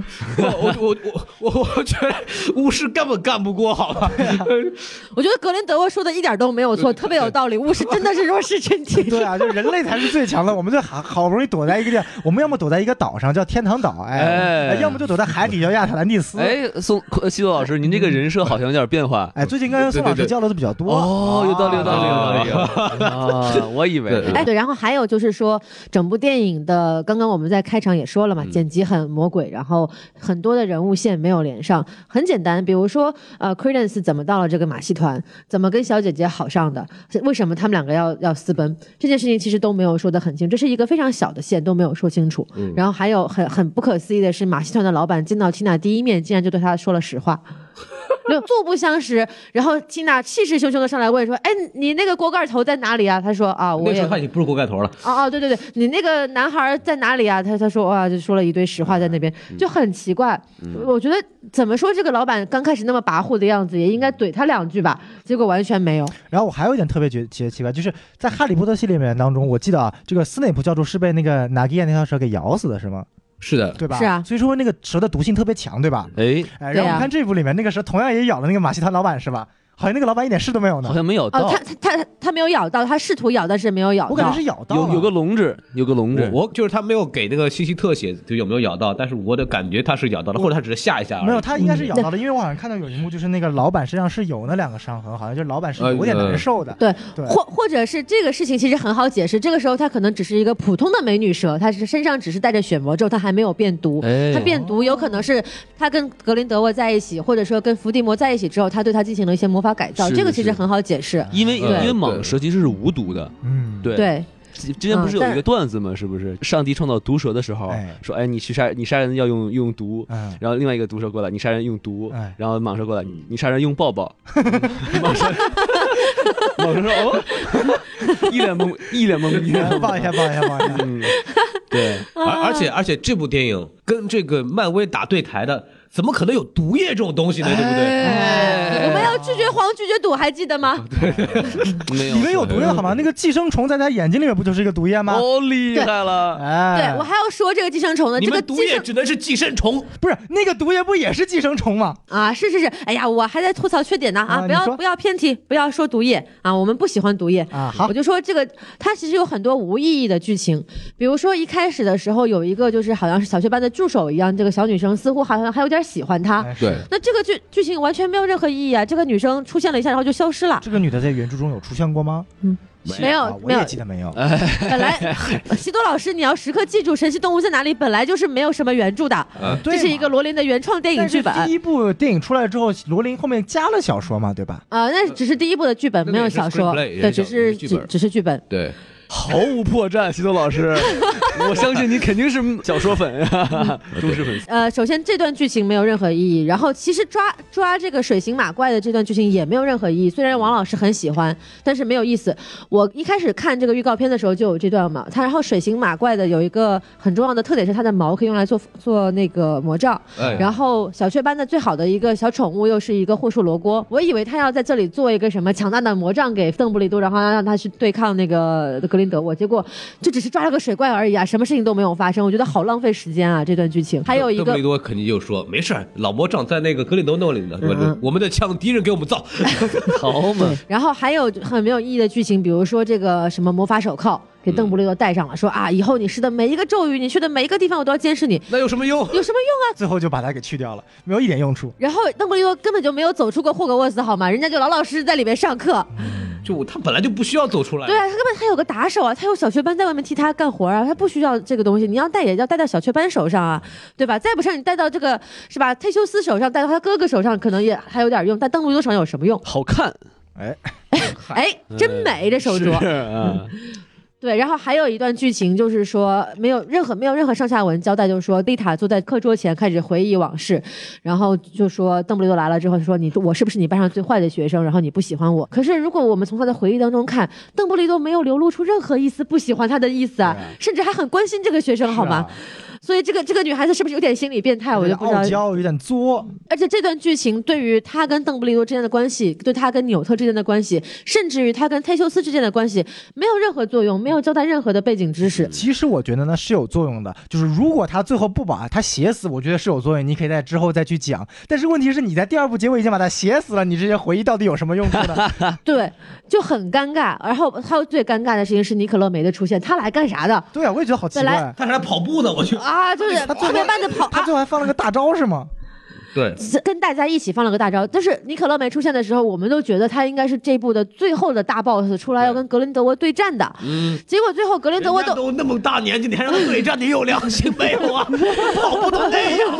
[laughs] 我我我我我觉得巫师根本干不过，好吧？我觉得格林德沃说的一点都没有错，特别有道理。巫师真的是弱势群体。 [laughs] [laughs] 对啊，就人类才是最强的。我们就好好不容易躲在一个地儿，我们要么躲在一个岛上叫天堂岛，哎，哎要么就躲在海底叫亚特兰蒂斯。哎哎，宋呃西多老师，您这个人设好像有点变化。哎最近跟宋老对对师对交流的比较多。哦，有道理，有道理，有啊道理啊！我以为对哎，对，然后还有就是说，整部电影的刚刚我们在开场也说了嘛，嗯剪辑很魔鬼，然后很多的人物线没有连上，很简单，比如说呃，Credence 怎么到了这个马戏团，怎么跟小姐姐好上的，是为什么他们两个要要私奔，这件事情其实都没有说得很清，这是一个非常小的线都没有说清楚。嗯然后还有很很不可思议的是，马戏团的老板见到 Tina 第一面，竟然就对她说了实话。 [laughs] 就素不相识，然后 Tina 气势汹汹的上来问说：“哎，你那个锅盖头在哪里啊？”他说：“啊， [laughs] 我那时也候他已经不是锅盖头了。哦哦，对对对，你那个男孩在哪里啊？他他说哇，就说了一堆实话在那边，就很奇怪。嗯我觉得怎么说，这个老板刚开始那么跋扈的样子，也应该怼他两句吧，结果完全没有。然后我还有一点特别觉觉得奇怪，就是在《哈利波特》系列里面当中，我记得啊，这个斯内普教授是被那个纳吉亚那条蛇给咬死的，是嗯吗？是的，对吧？是啊所以说那个蛇的毒性特别强，对吧？哎，哎，对啊然后你看这部里面那个蛇同样也咬了那个马戏团老板，是吧？好像那个老板一点事都没有好呢。像没有哦，到他，他他他没有咬到，他试图咬，但是没有咬到。我感觉是咬到有了，有个笼子，有个笼子，我我就是他没有给那个信息特写，就有没有咬到，但是我的感觉他是咬到了，或者他只是吓一下而已。没有，他应该是咬嗯到了，因为我好像看到有一幕，就是那个老板身上是有那两个伤痕，好像就是老板是有点难受的。对，对或或者是这个事情其实很好解释，这个时候她可能只是一个普通的美女蛇，她是身上只是带着血膜，之后她还没有变毒。哎她变毒有可能是她跟格林德沃在一起，或者说跟伏地魔在一起之后，她对他进行了一些魔法改造，是这个是其实是很好解释。因为因对为蟒蛇其实是无毒的，嗯，对。对，之之前不是有一个段子吗？是不是上帝创造毒蛇的时候哎说，哎，你去杀你杀人要用用毒，嗯，然后另外一个毒蛇过来，你杀人用毒哎，然后蟒蛇过来，你杀人用抱 [laughs] 抱，蟒蛇蟒蛇说哦，一脸懵一脸懵逼，哎抱一下，抱一下，抱 [laughs] 一下。嗯，对，而而且而且这部电影跟这个漫威打对台的，怎么可能有毒液这种东西呢？对不对？哎 [laughs] 我们要拒绝黄，拒绝赌，还记得吗？没有里面有毒液好吗？那个寄生虫在他眼睛里面不就是一个毒液吗？哦，厉害了，哎，对我还要说这个寄生虫呢，你呃这个们寄毒液生只能是寄生虫，不是那个毒液不也是寄生虫吗？啊，是是是，哎呀，我还在吐槽缺点呢啊啊，你不要说不要偏题，不要说毒液啊，我们不喜欢毒液啊好我就说这个，它其实有很多无意义的剧情，比如说一开始的时候有一个就是好像是小学班的助手一样，这个小女生似乎好像还有点喜欢他。哎是对那这个剧剧情完全没有任何意义啊！这个女生出现了一下，然后就消失了，这个女的在原著中有出现过吗？没有啊我没有呃也。记得没有。 [laughs] 本来 [laughs] 西多老师，你要时刻记住《神奇动物在哪里》本来就是没有什么原著的，嗯对这嘛是一个罗琳的原创电影但剧是本第一部电影出来之后，罗琳后面加了小说嘛，对吧？啊，那只是第一部的剧本，呃那个没有也是小说， screenplay，也是对，小只是剧只本只是剧本。对，毫无破绽，西多老师，我相信你肯定是小说粉呀，嗯忠实粉丝。呃，首先这段剧情没有任何意义，然后其实抓抓这个水形马怪的这段剧情也没有任何意义。虽然王老师很喜欢，但是没有意思。我一开始看这个预告片的时候就有这段嘛，它然后水形马怪的有一个很重要的特点是它的毛可以用来做做那个魔杖，哎然后小雀斑的最好的一个小宠物又是一个护树罗锅，我以为他要在这里做一个什么强大的魔杖给邓布利多，然后让他去对抗那个格林德沃，结果就只是抓了个水怪而已啊，什么事情都没有发生，我觉得好浪费时间啊这段剧情。还有一邓布个利。多肯定就说没事儿，老魔杖在那个格林德诺里呢，嗯我们的枪敌人给我们造，好嘛，然后还有很没有意义的剧情，比如说这个什么魔法手铐给邓布利多戴上了，说啊，以后你施的每一个咒语，你去的每一个地方，我都要监视你， [laughs] 那有什么用？有什么用啊？最后就把它给去掉了，没有一点用处。然后邓布利多根本就没有走出过霍格沃茨，好吗？人家就老老实实在里面上课，就他本来就不需要走出来，对啊，他根本他有个打手啊，他有小雀斑在外面替他干活啊，他不需要这个东西。你要带也要带到小雀斑手上啊，对吧？再不上你带到这个是吧？忒修斯手上，带到他哥哥手上，可能也还有点用，但邓布利多手上有什么用？好看，哎，哎，真美这手是镯。啊，对，然后还有一段剧情就是说，没有任何没有任何上下文交代，就是说丽塔坐在课桌前开始回忆往事，然后就说邓布利多来了之后说你我是不是你班上最坏的学生？然后你不喜欢我。可是如果我们从他的回忆当中看，邓布利多没有流露出任何一丝不喜欢他的意思啊，甚至还很关心这个学生，好吗？所以这个这个女孩子是不是有点心理变态？啊有我就点不知道傲。娇，有点作，而且这段剧情对于他跟邓布利多之间的关系，对他跟纽特之间的关系，甚至于他跟忒修斯之间的关系，没有任何作用，没有交代任何的背景知识。其实我觉得呢是有作用的，就是如果他最后不把他写死，我觉得是有作用，你可以在之后再去讲。但是问题是你在第二部结尾已经把他写死了，你这些回忆到底有什么用处呢？对，就很尴尬。然后还有最尴尬的事情是尼可乐梅的出现，他来干啥的？对啊，我也觉得好奇本来怪。他还跑步呢，我去，啊，就是他特最别后慢的跑他啊，最后还放了个大招是吗？对，跟大家一起放了个大招。但是尼可乐梅出现的时候，我们都觉得他应该是这部的最后的大 boss，出来要跟格林德沃对战的。嗯，结果最后格林德沃都都那么大年纪，你还让他对战，你有良心没 [laughs] 有啊？跑步都那样了，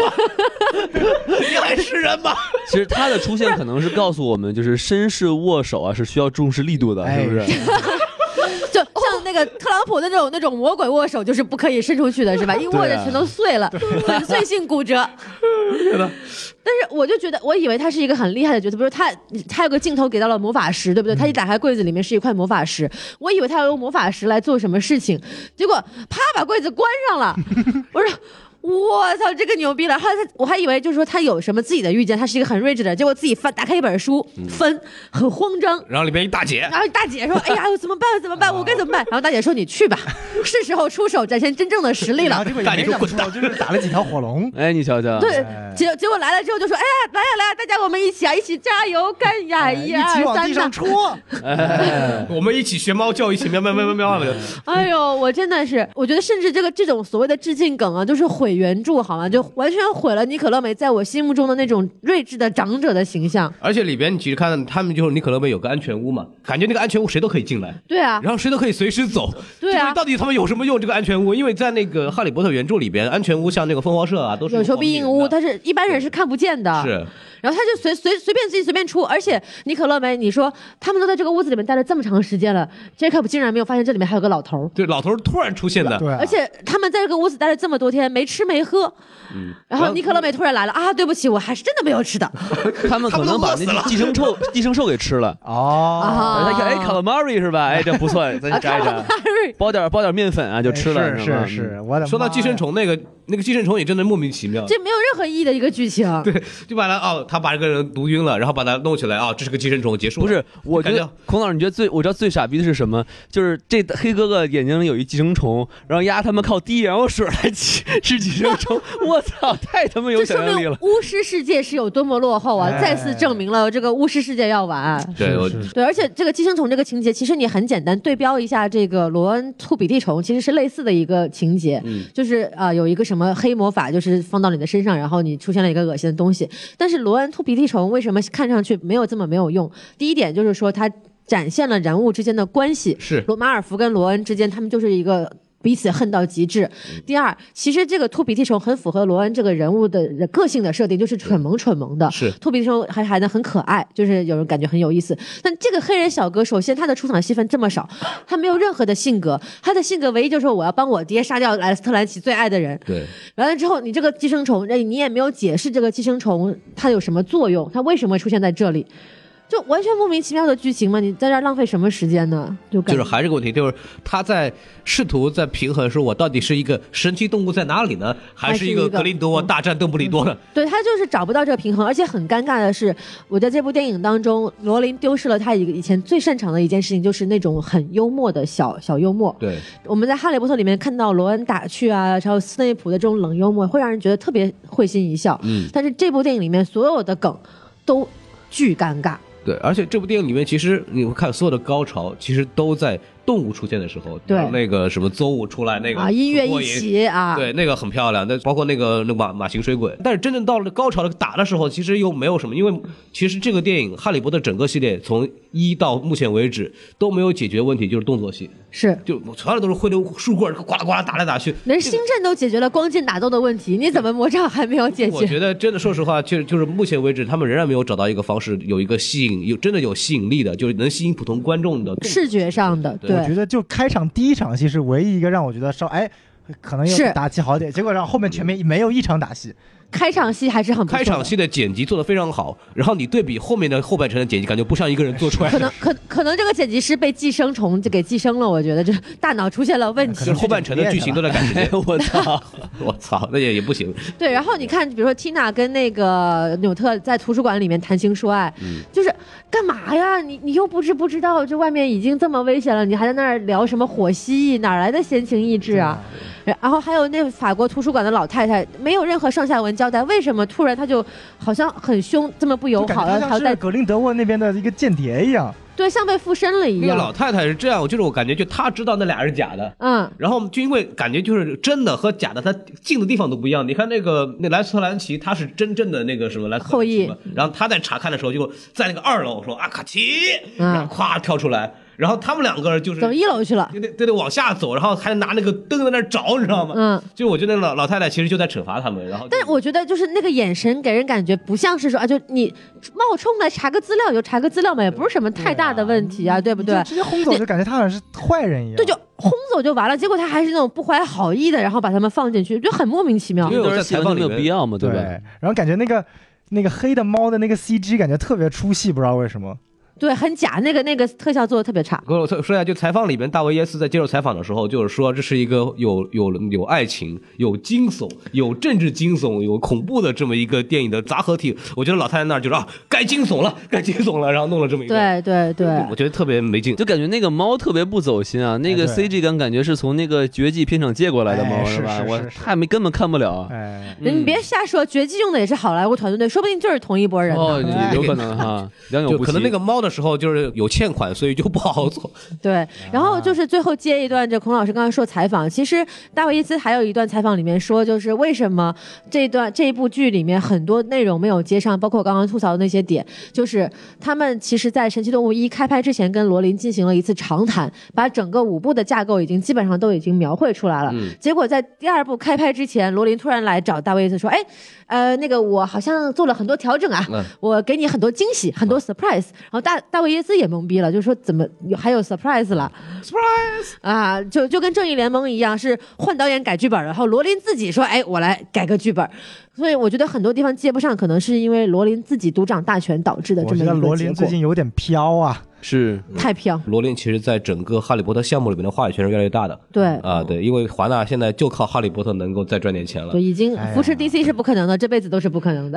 你还是人吗？其实他的出现可能是告诉我们，就是绅士握手啊是需要重视力度的，哎是不是？。[laughs] 就像那个特朗普的那种那种魔鬼握手，就是不可以伸出去的，是吧？一握着全都碎了，粉碎性骨折。 [laughs] 但是我就觉得，我以为他是一个很厉害的角色，比如他他有个镜头给到了魔法石，对不对？他一打开柜子，里面是一块魔法石，我 [laughs] 以为他要用魔法石来做什么事情，结果啪把柜子关上了。我说我操，这个牛逼了！他他我还以为就是说他有什么自己的预见，他是一个很睿智的人，结果自己翻打开一本书翻，很慌张。然后里边一大 [laughs] 姐，然后大姐说：“哎呀，我怎么办？怎么办？哦我该怎么办？”然后大姐说：“你去 [laughs] 吧，是时候出手展现真正的实力然了后。 [laughs] 结果大也姐没说怎么说，就是 [laughs] 打了几条火龙哎，你瞧瞧，”对哎，结结果来了之后就说：“哎呀，来呀来呀，大家我们一起啊，一起加油干呀！哎一起二往三地呐上！”戳， [laughs] 哎我们一起学猫叫，一起喵喵喵喵喵喵。哎呦，我真的是，我觉得甚至这个这种所谓的致敬梗啊，就是毁原著好啊吗？就完全毁了尼可乐美在我心目中的那种睿智的长者的形象。而且里边你其实看他们就是你可乐美有个安全屋嘛，感觉那个安全屋谁都可以进来，对啊，然后谁都可以随时走。对啊就是到底他们有什么用这个安全屋？因为在那个《哈利波特》原著里边，安全屋像那个凤凰社啊，都是有求必应屋，它但是一般人是看不见的。是然后他就随随随便自己随便出，而且尼可乐梅，你说他们都在这个屋子里面待了这么长时间了，Jacob 竟然没有发现这里面还有个老头儿。对老头儿突然出现的，对啊，而且他们在这个屋子待了这么多天，没吃没喝，然后尼可乐梅突然来了啊！对不起，我还是真的没有吃的。他们可能把那寄生兽寄生兽给吃了。哦，啊他看，哎，卡拉玛瑞是吧？哎，这不错，咱摘一摘，包点包点面粉啊，就吃了。哎是吧嗯是是，，我的说到妈寄生呀，虫那个那个寄生虫也真的莫名其妙，这没有任何意义的一个剧情。对，就把他哦，他把这个人毒晕了，然后把他弄起来啊、这是个寄生虫，结束了。不是，我觉感得觉孔老师，你觉得最我知道最傻逼的是什么？就是这黑哥哥眼睛里有一寄生虫，然后压他们靠滴眼药水来吃 [laughs] 吃寄生虫，我操，太他妈有这想说象力明了。巫师世界是有多么落后啊！哎再次证明了这个巫师世界要完。对我是是对，而且这个寄生虫这个情节，其实你很简单对标一下这个罗恩兔比地虫，其实是类似的一个情节，嗯就是啊、呃有一个什么黑魔法，就是放到你的身上，然后你出现了一个恶心的东西。但是罗恩兔比地虫为什么看上去没有这么没有用？第一点就是说它展现了人物之间的关系，是罗马尔福跟罗恩之间，他们就是一个。彼此恨到极致。嗯第二，其实这个兔鼻涕虫很符合罗恩这个人物的个性的设定，就是蠢萌蠢萌的。是兔鼻涕虫还还能很可爱，就是有人感觉很有意思。但这个黑人小哥，首先他的出场戏份这么少，他没有任何的性格，他的性格唯一就是说我要帮我爹杀掉莱斯特兰奇最爱的人。对，完了之后，你这个寄生虫，哎你也没有解释这个寄生虫它有什么作用，它为什么出现在这里，就完全莫名其妙的剧情嘛！你在这儿浪费什么时间呢？就感就觉是还是这个问题，就是他在试图在平衡，说我到底是一个神奇动物在哪里呢，还是一还是个一个嗯格林德沃大战邓布利多呢？对他就是找不到这个平衡，而且很尴尬的是，我在这部电影当中，罗琳丢失了他一个以前最擅长的一件事情，就是那种很幽默的小小幽默。对，我们在《哈利波特》里面看到罗恩打趣啊，还有斯内普的这种冷幽默，会让人觉得特别会心一笑。嗯，但是这部电影里面所有的梗都巨尴尬。对，而且这部电影里面，其实你会看所有的高潮，其实都在动物出现的时候，对比如那个什么邹舞出来那个啊，音乐一起。起啊，对，那个很漂亮。那包括那个那个马马行水鬼，但是真正到了高潮的打的时候，其实又没有什么，因为其实这个电影《哈利波特》整个系列从一到目前为止都没有解决问题，就是动作戏，是就全都是挥着树棍儿呱啦呱啦打来打去。连星战都解决了光剑打斗的问题，你怎么魔杖还没有解我决？觉得真的，说实话，就就是目前为止，他们仍然没有找到一个方式，有一个吸引，有真的有吸引力的，就是能吸引普通观众的动作。视觉上的，对对我觉得就开场第一场戏是唯一一个让我觉得稍哎，可能是有打戏好点，结果让后面全没没有一场打戏，开场戏还是很不错开的场戏的剪辑做得非常好，然后你对比后面的后半程的剪辑，感觉不像一个人做出来可的。能可可能这个剪辑师被寄生虫就给寄生了，我觉得这大脑出现了问就题是。后半程的剧情都在赶时间 [laughs] 哎，，我操！我操，那也也不行。对，然后你看，比如说 Tina 跟那个纽特在图书馆里面谈情说爱，就是干嘛呀？你你又不知不知道，这外面已经这么危险了，你还在那儿聊什么火蜥蜴？哪来的闲情逸致啊？然后还有那法国图书馆的老太太，没有任何上下文交代，为什么突然她就好像很凶，这么不友就感好，觉然他后还要像带是格林德沃那边的一个间谍一样。对像被附身了一那个老样。太太是这样，就是我感觉就她知道那俩是假的。嗯，然后就因为感觉就是真的和假的，它进的地方都不一样。你看那个那莱斯特兰奇，他是真正的那个什么莱斯特兰奇嘛然后他在查看的时候，就在那个二楼说阿啊卡奇，嗯然后咵跳出来，然后他们两个人就是走一楼去了。就得就得往下走，然后还拿那个灯在那儿找，你知道吗？嗯，就我觉得那老老太太其实就在惩罚他们，然后就但我觉得就是那个眼神给人感觉不像是说啊，就你冒充来查个资料就查个资料嘛，也不是什么太大的问题啊，对不你对嗯就？直接轰走，就感觉他好像是坏人一样。对，就轰走就完了。结果他还是那种不怀好意的，然后把他们放进去，就很莫名其妙因为。我在戏采访没里有面必要嘛，对吧？然后感觉那个那个黑的猫的那个 CG 感觉特别出戏，不知道为什么。对，很假，那个那个特效做的特别差。给我说一下，就采访里面，大卫耶斯在接受采访的时候，就是说这是一个有有有爱情、有惊悚、有政治惊悚、有恐怖的这么一个电影的杂合体。我觉得老太太那儿就是啊，该惊悚了，该惊悚了，然后弄了这么一个，对对对我觉得特别没劲。就感觉那个猫特别不走心啊，那个哎对 CG 感感觉是从那个绝技片场借过来的猫哎是吧？是我是是太没根本看不了啊。哎，你嗯别瞎说，绝技用的也是好莱坞团队，说不定就是同一拨人呢。哦，有可能哈，良莠就不可齐。能那个猫的时候就是有欠款，所以就不好好做。 [laughs] 对，然后就是最后接一段，这孔老师刚刚说采访，其实大卫伊斯还有一段采访里面说，就是为什么这段这一部剧里面很多内容没有接上，包括我刚刚吐槽的那些点，就是他们其实，在《神奇动物一》开拍之前跟罗琳进行了一次长谈，把整个五部的架构已经基本上都已经描绘出来了。结果在第二部开拍之前，罗琳突然来找大卫伊斯说：“哎，呃，那个我好像做了很多调整啊，嗯我给你很多惊喜，很多 surprise。然后大大卫耶斯也懵逼了，就说怎么有还有 surprise 了？surprise 啊，就就跟正义联盟一样，是换导演改剧本，然后罗琳自己说，哎，我来改个剧本。所以我觉得很多地方接不上，可能是因为罗琳自己独掌大权导致的这我么觉一得罗个结琳最果。近有点飘 [laughs] 啊，是太飘，罗琳其实在整个《哈利波特》项目里面的话语权是越来越大的。对。啊，对，因为华纳现在就靠《哈利波特》能够再赚点钱了就。已经哎呀扶持 DC 是不可能的，这辈子都是不可能的。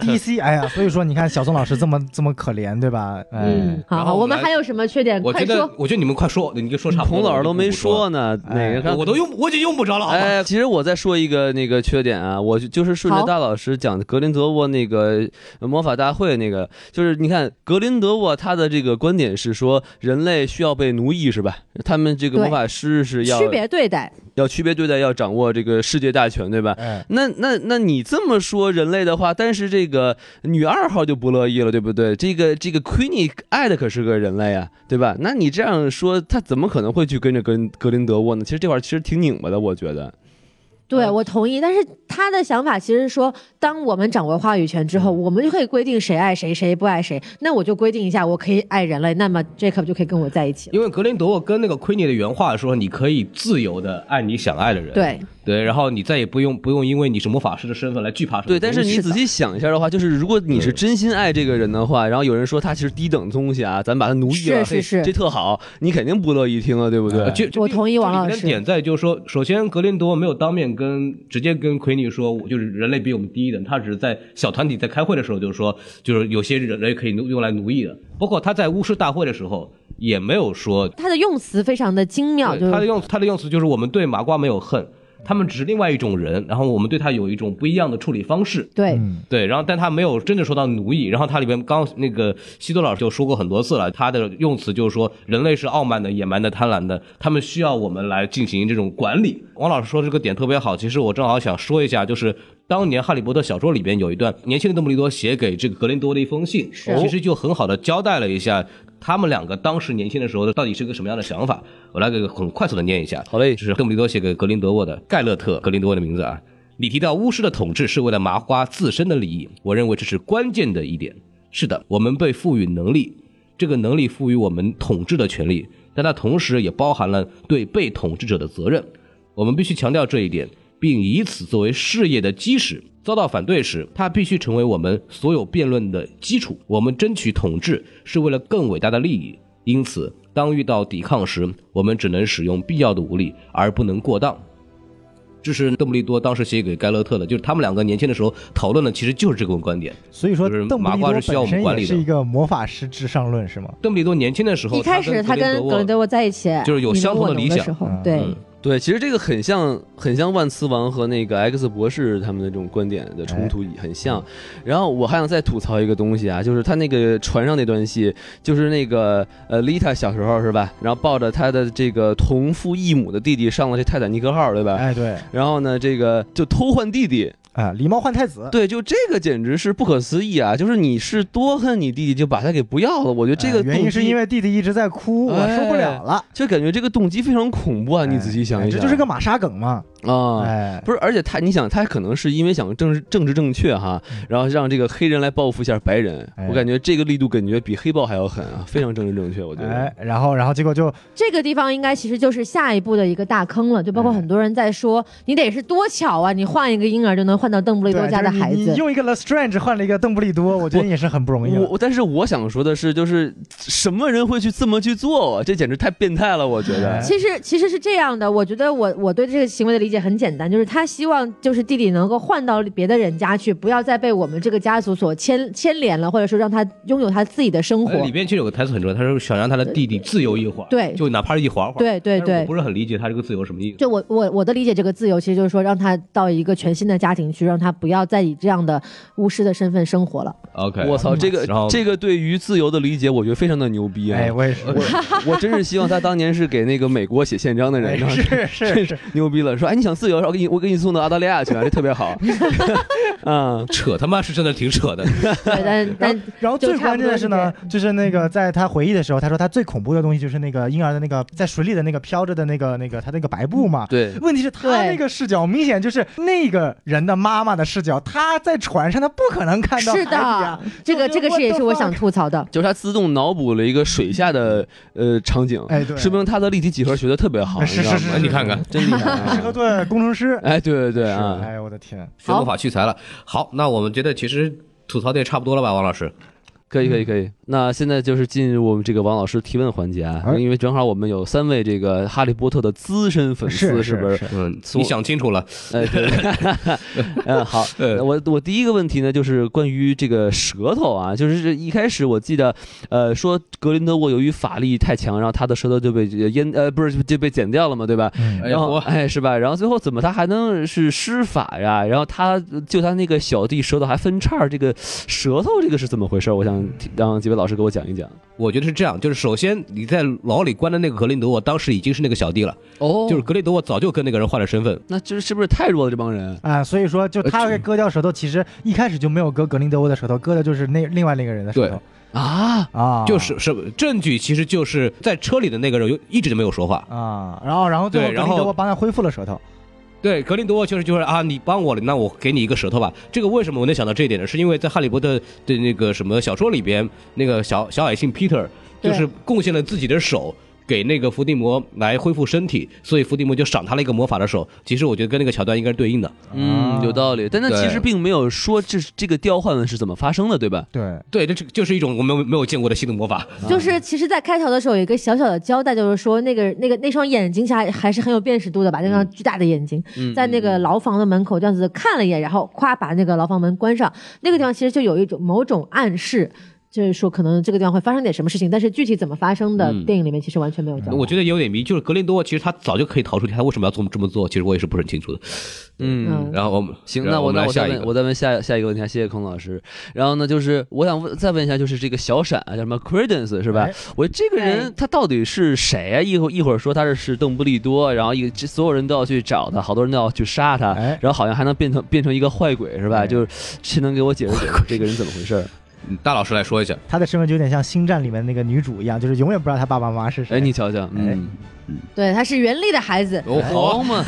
DC，哎呀，所以说你看小宋老师这么这么可怜，对吧？哎、嗯，好然好，后我我们来还有什么缺点？我快觉得说。，我觉得你们快说，啊你就说差不多孔了。老师都没说说，呢，哎哪个我都用我已经用不着了。好吧哎，其实我再说一个那个缺点啊，我就就是顺着好大老师讲的格林德沃那个呃魔法大会那个，就是你看格林德沃他的这个观点是说人类需要被奴役是吧？他们这个对魔法师是要区别对待，要区别对待，要掌握这个世界大权对吧？哎，那那那你这么说人类的话，但是这个女二号就不乐意了，对不对？这个这个 Queenie 爱的可是个人类啊，对吧？那你这样说，她怎么可能会去跟着格林格林德沃呢？其实这块儿其实挺拧巴的，我觉得。嗯对我同意。但是他的想法其实是说，当我们掌握话语权之嗯后，我们就可以规定谁爱谁，谁不爱谁。那我就规定一下，我可以爱人类，那么 Jacob 就可以跟我在一起了。因为格林德沃跟那个奎尼的原话说，你可以自由的爱你想爱的人，对对，然后你再也不用不用因为你是魔法师的身份来惧怕什么东对，西。但是嗯你是仔细想一下的话，就是如果你是真心爱这个人的话，然后有人说他其实低等东西啊，咱把他奴役了，是嘿是是这特好，你肯定不乐意听了，对不对？呃就就我同意这王老这里面师点在就是说，首先格林德沃没有当面跟直接跟奎尼说，我就是人类比我们低一等，他只是在小团体在开会的时候就说，就是有些人类可以用来奴役的，包括他在巫师大会的时候也没有说他的用词非常的精妙，对就他的是用他的用词就是我们对麻瓜没有恨，他们只是另外一种人，然后我们对他有一种不一样的处理方式。对、嗯对，然后但他没有真正受到奴役，然后他里边刚那个西多老师就说过很多次了，他的用词就是说人类是傲慢的、野蛮的、贪婪的，他们需要我们来进行这种管理。王老师说这个点特别好，其实我正好想说一下，就是当年《哈利波特》小说里边有一段年轻的邓布利多写给这个格林多的一封信，是其实就很好的交代了一下他们两个当时年轻的时候到底是个什么样的想法。我来给很快速的念一下，好嘞这是邓布利多写给格林德沃的盖勒特·格林德沃的名字啊。你提到巫师的统治是为了麻瓜自身的利益，我认为这是关键的一点。是的，我们被赋予能力，这个能力赋予我们统治的权利，但它同时也包含了对被统治者的责任。我们必须强调这一点，并以此作为事业的基石。遭到反对时，它必须成为我们所有辩论的基础。我们争取统治是为了更伟大的利益，因此，当遇到抵抗时，我们只能使用必要的武力，而不能过当。这是邓布利多当时写给盖勒特的，就是他们两个年轻的时候讨论的，其实就是这个观点。所以说就是邓布麻利瓜多是需要我本们身管也理是的一个魔法师至上论，是吗？邓布利多年轻的时候，一开始他跟格格林伦德德沃沃在一起，就是有你相侬同我的理侬的想时候嗯，对、嗯对，其实这个很像，很像万磁王和那个 X 博士他们的这种观点的冲突很哎像。然后我还想再吐槽一个东西啊，就是他那个船上那段戏，就是那个呃丽塔小时候是吧，然后抱着他的这个同父异母的弟弟上了这泰坦尼克号对吧？哎，对，然后呢，这个就偷换弟弟，啊，狸猫换太子，对，就这个简直是不可思议啊！就是你是多恨你弟弟，就把他给不要了。我觉得这哎个原因是因为为弟弟一直在哭，我受不了了。就感觉这个动机非常恐怖啊！你仔细想哎一想，这就是个马杀梗嘛。啊。哎，不是，而且他，你想，他可能是因为想政治政治正确哈，然后让这个黑人来报复一下白人，嗯哎我感觉这个力度感觉比黑豹还要狠啊，非常政治正确，我觉得哎。，然后，然后结果就这个地方应该其实就是下一步的一个大坑了，就包括嗯很多人在说，你得是多巧啊，你换一个婴儿就能换换到邓布利多对家的就是你孩你子。用一个 Lestrange 换了一个邓布利多，我觉得也是很不容易了。我但是我想说的是，就是什么人会去这么去做啊？这简直太变态了，我觉哎得。[laughs] 哎其实其实是这样的，我觉得我我对这个行为的理解很简单，就是他希望就是弟弟能够换到别的人家去，不要再被我们这个家族所牵牵连了，或者说让他拥有他自己的生活哎。里边其实有个台词很重要，他说想让他的弟弟自由一会儿，对就哪怕是一会儿会儿。对对但哎是对我不，是很理解他这个自由什么意思。就我我我的理解，这个自由其实就是说让他到一个全新的家庭去，让他不要再以这样的巫师的身份生活了。 OK，我操，这个然后这个对于自由的理解，我觉得非常的牛逼啊！哎，我也是，我真是希望他当年是给那个美国写宪章的哎人，是是是， [laughs] 牛逼了，说哎你想自由，我给你我给你送到澳大利亚去啊，这特别好。 [laughs] 嗯，扯他妈是真的挺扯 [laughs] 的。对，但但然后就最差不关键多的是是呢，就是那个在他回忆的时候，他说他最恐怖的东西就是那个婴儿的那个在水里的那个飘着的那个那个他那个白布嘛。对，问题是他对那个视角明显就是那个人的妈妈的视角，他在船上他不可能看到海是底 [laughs] 啊。的，这个这个是也是我想吐槽的。就是他自动脑补了一个水下的呃场景，哎，对，说明他的立体几何学的特别好，是哎你知道是吗是，你看看真厉害 [laughs] 适合啊。做工程师。哎，对对对是啊，哎，我的天，学魔法屈才了。好，那我们觉得其实吐槽的也差不多了吧，王老师？可以可以可嗯以。那现在就是进入我们这个王老师提问环节啊，哎因为正好我们有三位这个哈利波特的资深粉丝，是不是是？是嗯，所你想清楚了。哎，对， [laughs] 嗯，好，呃，我我第一个问题呢，就是关于这个舌头啊，就是这一开始我记得，呃，说格林德沃由于法力太强，然后他的舌头就被阉，呃，不是就被剪掉了嘛，对吧？哎嗯，然后我哎是吧？然后最后怎么他还能是施法呀？然后他就他那个小弟舌头还分叉儿，这个舌头这个是怎么回事儿？我想听让几位老师给我讲一讲。我觉得是这样，就是首先你在牢里关的那个格林德沃，当时已经是那个小弟了，哦就是格林德沃早就跟那个人换了身份。那这是不是太弱了这帮人？啊，所以说就他给割掉舌头，其实一开始就没有割格林德沃的舌头，割的就是那另外那个人的舌头啊，啊，就是是证据，其实就是在车里的那个人有一直就没有说话。啊，然后然后最后对格然林后德沃帮他恢复了舌头，对，格林德沃就是就是啊，你帮我了，那我给你一个舌头吧。这个为什么我能想到这一点呢？是因为在《哈利波特》的那个什么小说里边，那个小小矮星 Peter 对就是贡献了自己的手。给那个伏地魔来恢复身体，所以伏地魔就赏他了一个魔法的手。其实我觉得跟那个桥段应该是对应的。嗯，啊有道理。但那其对实并没有说这是这个调换是怎么发生的，对吧？对，对，这这就是一种我们没有没有见过的新的魔法。就是其实，在开头的时候有一个小小的交代，就是说那个那个那双眼睛下还是很有辨识度的吧，那双巨大的眼睛，嗯在那个牢房的门口这样子看了一眼，然后咵把那个牢房门关上，那个地方其实就有一种某种暗示。就是说，可能这个地方会发生点什么事情，但是具体怎么发生的，嗯电影里面其实完全没有讲。我觉得也有点迷，就是格林多沃其实他早就可以逃出去，他为什么要这么这么做？其实我也是不是很清楚的。嗯嗯然后我们行，然那后我们那来我再下一问个，我再问下下一个问题啊，谢谢孔老师。然后呢，就是我想问再问一下，就是这个小闪啊，叫什么 Credence 是吧？哎我这个人对他到底是谁啊？一会儿一会儿说他是是邓布利多，然后一个这所有人都要去找他，好多人都要去杀他，哎然后好像还能变成变成一个坏鬼是吧？哎就是谁能给我解释解释这个人怎么回事儿？嗯大老师来说一下。他的身份就有点像《星战》里面那个女主一样，就是永远不知道他爸爸妈妈是谁。哎，你瞧瞧，哎嗯，对，他是袁立的孩子，哦，好，嘛，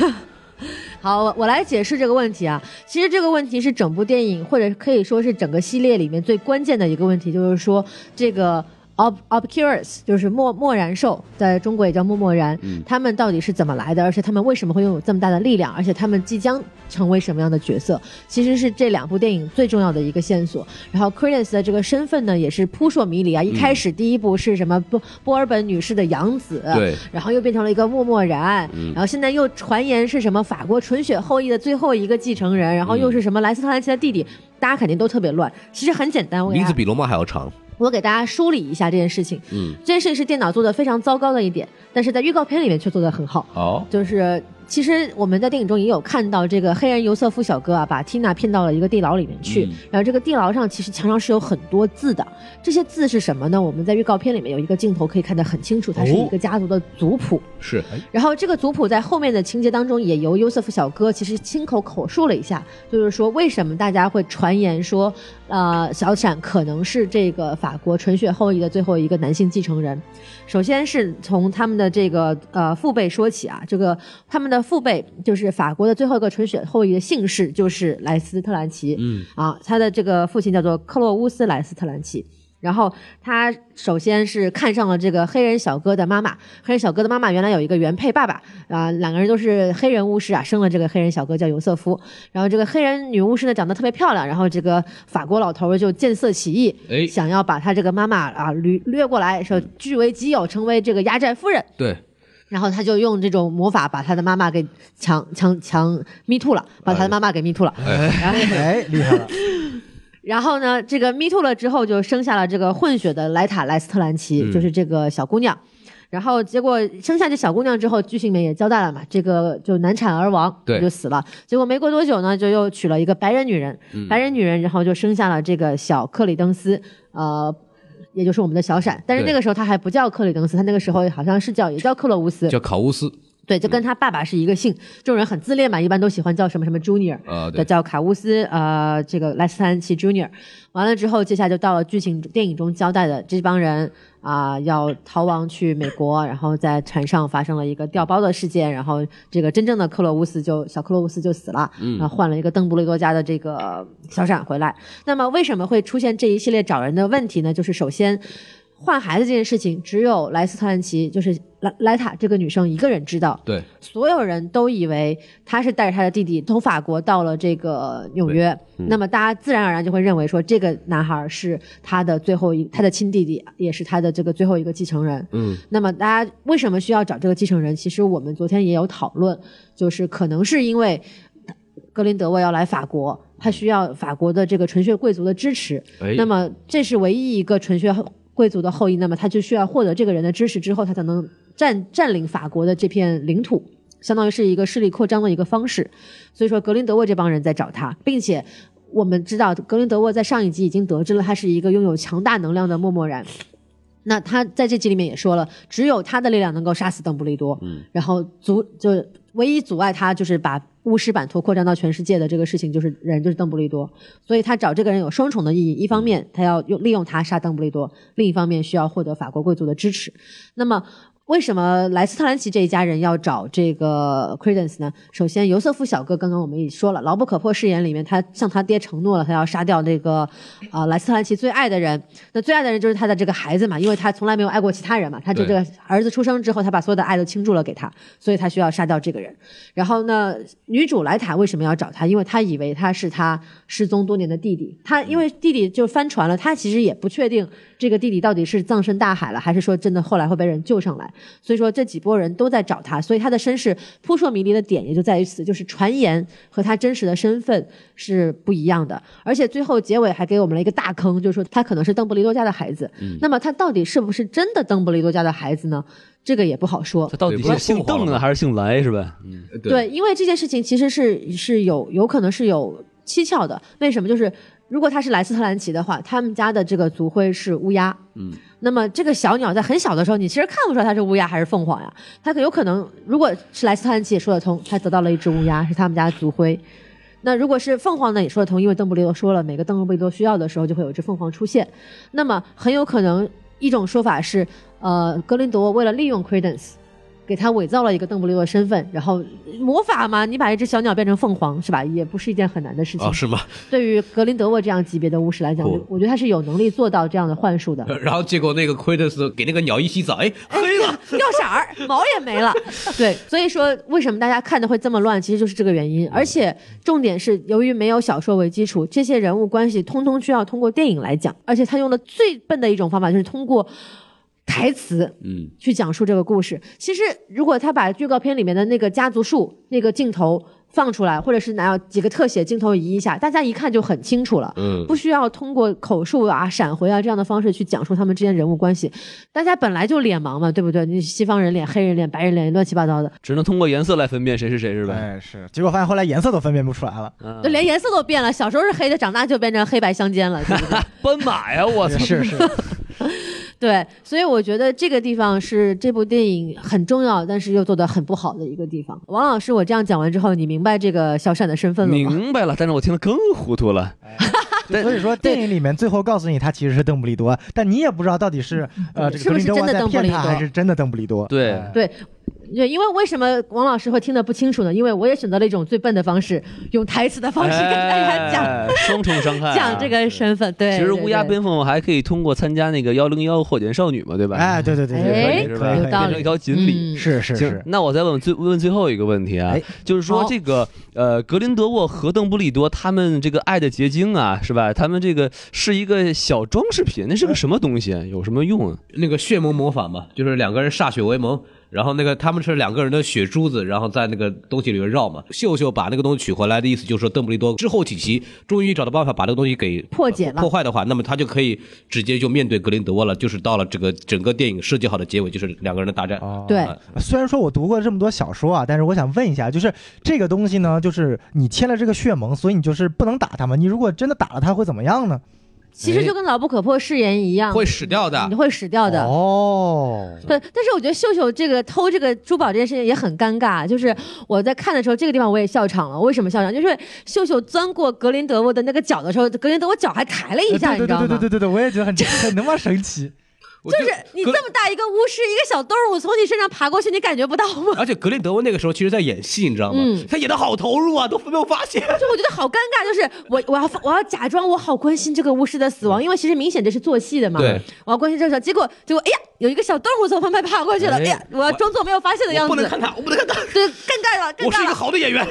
好，我我来解释这个问题啊。其实这个问题是整部电影，或者可以说是整个系列里面最关键的一个问题，就是说这个 ob obcurus 就是默默然兽，在中国也叫默默然，他们到底是怎么来的？而且他们为什么会拥有这么大的力量？而且他们即将成为什么样的角色？其实是这两部电影最重要的一个线索。然后 Credence 的这个身份呢，也是扑朔迷离啊。一开始第一部是什么波波尔本女士的养子，呃对，然后又变成了一个默默然，嗯然后现在又传言是什么法国纯血后裔的最后一个继承人，然嗯后又是什么莱斯特兰奇的弟弟，大家肯定都特别乱。其实很简单，我给名大字家比龙猫还要长。我给大家梳理一下这件事情。嗯，这件事情是电脑做的非常糟糕的一点，但是在预告片里面却做得很好。哦，就是其实我们在电影中也有看到这个黑人尤瑟夫小哥啊，把 Tina 骗到了一个地牢里面去。嗯然后这个地牢上其实墙上是有很多字的，这些字是什么呢？我们在预告片里面有一个镜头可以看得很清楚，它是哦一个家族的族谱。是哎然后这个族谱在后面的情节当中，也由优瑟夫小哥其实亲口口述了一下，就是说为什么大家会传言说，呃，小闪可能是这个法国纯血后裔的最后一个男性继承人。首先是从他们的这个呃父辈说起啊，这个他们的父辈就是法国的最后一个纯血后裔的姓氏就是莱斯特兰奇，嗯啊，他的这个父亲叫做克洛乌斯莱斯特兰奇。然后他首先是看上了这个黑人小哥的妈妈，黑人小哥的妈妈原来有一个原配爸爸啊、两个人都是黑人巫师啊，生了这个黑人小哥叫尤瑟夫。然后这个黑人女巫师呢长得特别漂亮，然后这个法国老头儿就见色起意，哎，想要把他这个妈妈啊掠掠过来，说据为己有，成为这个压寨夫人。对，然后他就用这种魔法把他的妈妈给强强强 me too 了，把他的妈妈给 me too 了。哎，厉害了，然后呢，这个 me too 了之后，就生下了这个混血的莱塔莱斯特兰奇，嗯就是这个小姑娘。然后结果生下这小姑娘之后，剧情里面也交代了嘛，这个就难产而亡，对就死了。结果没过多久呢，就又娶了一个白人女人，嗯白人女人，然后就生下了这个小克里登斯，呃，也就是我们的小闪。但是对那个时候她还不叫克里登斯，她那个时候好像是叫也叫克洛乌斯，叫考乌斯，对，就跟她爸爸是一个姓。这种人很自恋嘛，一般都喜欢叫什么什么 Junior。呃，的对，叫卡乌斯，呃，这个莱斯坦奇 Junior。完了之后，接下来就到了剧情电影中交代的这帮人啊、要逃亡去美国，然后在船上发生了一个掉包的事件，然后这个真正的克洛乌斯就小克洛乌斯就死了，然后换了一个邓布利多家的这个小闪回来。那么为什么会出现这一系列找人的问题呢？就是首先。换孩子这件事情，只有莱斯特兰奇，就是莱莱塔这个女生一个人知道，对，所有人都以为他是带着他的弟弟从法国到了这个纽约，那么大家自然而然就会认为说这个男孩是他的最后一，他的亲弟弟，也是他的这个最后一个继承人。嗯，那么大家为什么需要找这个继承人？其实我们昨天也有讨论，就是可能是因为格林德沃要来法国，他需要法国的这个纯血贵族的支持，哎，那么这是唯一一个纯血后贵族的后裔，那么他就需要获得这个人的支持之后，他才能占占领法国的这片领土，相当于是一个势力扩张的一个方式。所以说，格林德沃这帮人在找他，并且我们知道格林德沃在上一集已经得知了他是一个拥有强大能量的默默然。那他在这集里面也说了，只有他的力量能够杀死邓布利多，嗯、然后阻就唯一阻碍他就是把巫师版图扩张到全世界的这个事情，就是人就是邓布利多，所以他找这个人有双重的意义：一方面他要用利用他杀邓布利多，另一方面需要获得法国贵族的支持。那么。为什么莱斯特兰奇这一家人要找这个 Credence 呢？首先，尤瑟夫小哥刚刚我们也说了，《牢不可破》誓言里面，他向他爹承诺了，他要杀掉那个啊、呃莱斯特兰奇最爱的人。那最爱的人就是他的这个孩子嘛，因为他从来没有爱过其他人嘛。他就这对个儿子出生之后，他把所有的爱都倾注了给他，所以他需要杀掉这个人。然后呢，女主莱塔为什么要找他？因为她以为他是她失踪多年的弟弟。她因为弟弟就翻船了，她其实也不确定这个弟弟到底是葬身大海了，还是说真的后来会被人救上来。所以说这几波人都在找他，所以他的身世扑朔迷离的点也就在于此，就是传言和他真实的身份是不一样的。而且最后结尾还给我们了一个大坑，就是说他可能是邓布利多家的孩子。那么他到底是不是真的邓布利多家的孩子呢？这个也不好说他。到底对不是是姓凤凰邓吗嗯呢，还是姓来是吧？对，因为这件事情其实是是有有可能是有蹊跷的。为什么？就是如果他是莱斯特兰奇的话，他们家的这个族徽是乌鸦。嗯，那么这个小鸟在很小的时候，你其实看不出来它是乌鸦还是凤凰呀。它可有可能，如果是莱斯特兰奇也说得通，他得到了一只乌鸦，是他们家的族徽。那如果是凤凰呢，也说得通，因为邓布利多说了，每个邓布利多需要的时候就会有一只凤凰出现。那么很有可能一种说法是，呃，格林德沃为了利用 Credence，给他伪造了一个邓布利多的身份，然后魔法嘛，你把一只小鸟变成凤凰是吧？也不是一件很难的事情。啊，是吗？ [laughs] 对于格林德沃这样级别的巫师来讲，酷我我觉得他是有能力做到这样的幻术的。然后结果那个奎特斯给那个鸟一洗澡，哎，黑了，掉色儿，毛也没了。 [laughs] 对，所以说为什么大家看的会这么乱，其实就是这个原因。而且重点是，由于没有小说为基础，这些人物关系通通需要通过电影来讲。而且他用的最笨的一种方法就是通过台词，嗯，去讲述这个故事。其实如果他把预告片里面的那个家族树那个镜头。放出来，或者是拿几个特写镜头移一下，大家一看就很清楚了。嗯不需要通过口述啊、闪回啊这样的方式去讲述他们之间人物关系。大家本来就脸盲嘛，对不对？你西方人脸、黑人脸、白人脸，乱七八糟的，只能通过颜色来分辨谁是谁是吧？哎是，结果发现后来颜色都分辨不出来了，啊就连颜色都变了。小时候是黑的，长大就变成黑白相间了，对不 [laughs] 对？斑马呀，我操！是是，对，所以我觉得这个地方是这部电影很重要，但是又做得很不好的一个地方。王老师，我这样讲完之后，你明白这个小闪的身份了吗？明白了，但是我听得更糊涂了。就所以说电影里面最后告诉你他其实是邓布利多，但你也不知道到底是呃这是个格嗯不是林德真沃的在邓布骗利他多还是真的邓布利多。对哎对，对，因为为什么王老师会听得不清楚呢？因为我也选择了一种最笨的方式，用台词的方式跟大家讲、哎双重伤害啊、讲这个身份。对，其实乌鸦对奔凤还可以通过参加那个幺零幺火箭少女嘛，对吧？哎，对对对对，哎可以是可吧？以有可以道变理成一条锦对鲤。嗯是是行是，，那我再问最问最后一个问题啊哎，就是说好这个呃，格林德沃和邓布利多他们这个爱的结晶啊，是吧？他们这个是一个小装饰品，那是哎个什么东西？有什么用啊？ [laughs] 那个血盟魔法嘛，就是两个人歃血为盟，然后那个他们是两个人的血珠子，然后在那个东西里面绕嘛。秀秀把那个东西取回来的意思就是说，邓布利多之后几期终于找到办法把这个东西给破解了破坏的话，那么他就可以直接就面对格林德沃了，就是到了这个整个电影设计好的结尾，就是两个人的大战。呃哦对虽然说我读过这么多小说啊，但是我想问一下，就是这个东西呢，就是你签了这个血盟，所以你就是不能打他们。你如果真的打了他，会怎么样呢？其哎实就跟牢不可破誓言一样，会死掉的你。会死掉的。哦，对，但是我觉得秀秀这个偷这个珠宝这件事情也很尴尬。就是我在看的时候，这个地方我也笑场了。为什么笑场？就是秀秀钻过格林德沃的那个脚的时候，格林德沃脚还抬了一下，对你对知道对对吗？对对对，我也觉得很 [laughs] 很他妈神奇。我就是你格这么大一个巫师，一个小动物从你身上爬过去，你感觉不到吗？而且格林德沃那个时候其实在演戏，你知道吗？嗯他演的好投入啊，都没有发现。就我觉得好尴尬，就是我我要发我要假装我好关心这个巫师的死亡，因为其实明显这是做戏的嘛。嗯对，我要关心这个，结果结果哎呀，有一个小动物从旁边爬过去了，哎哎呀，我要装作没有发现的样我不能子，看他，我不能看 [laughs] 他，对，尴尬了，尴我是尬一个了。好的演员。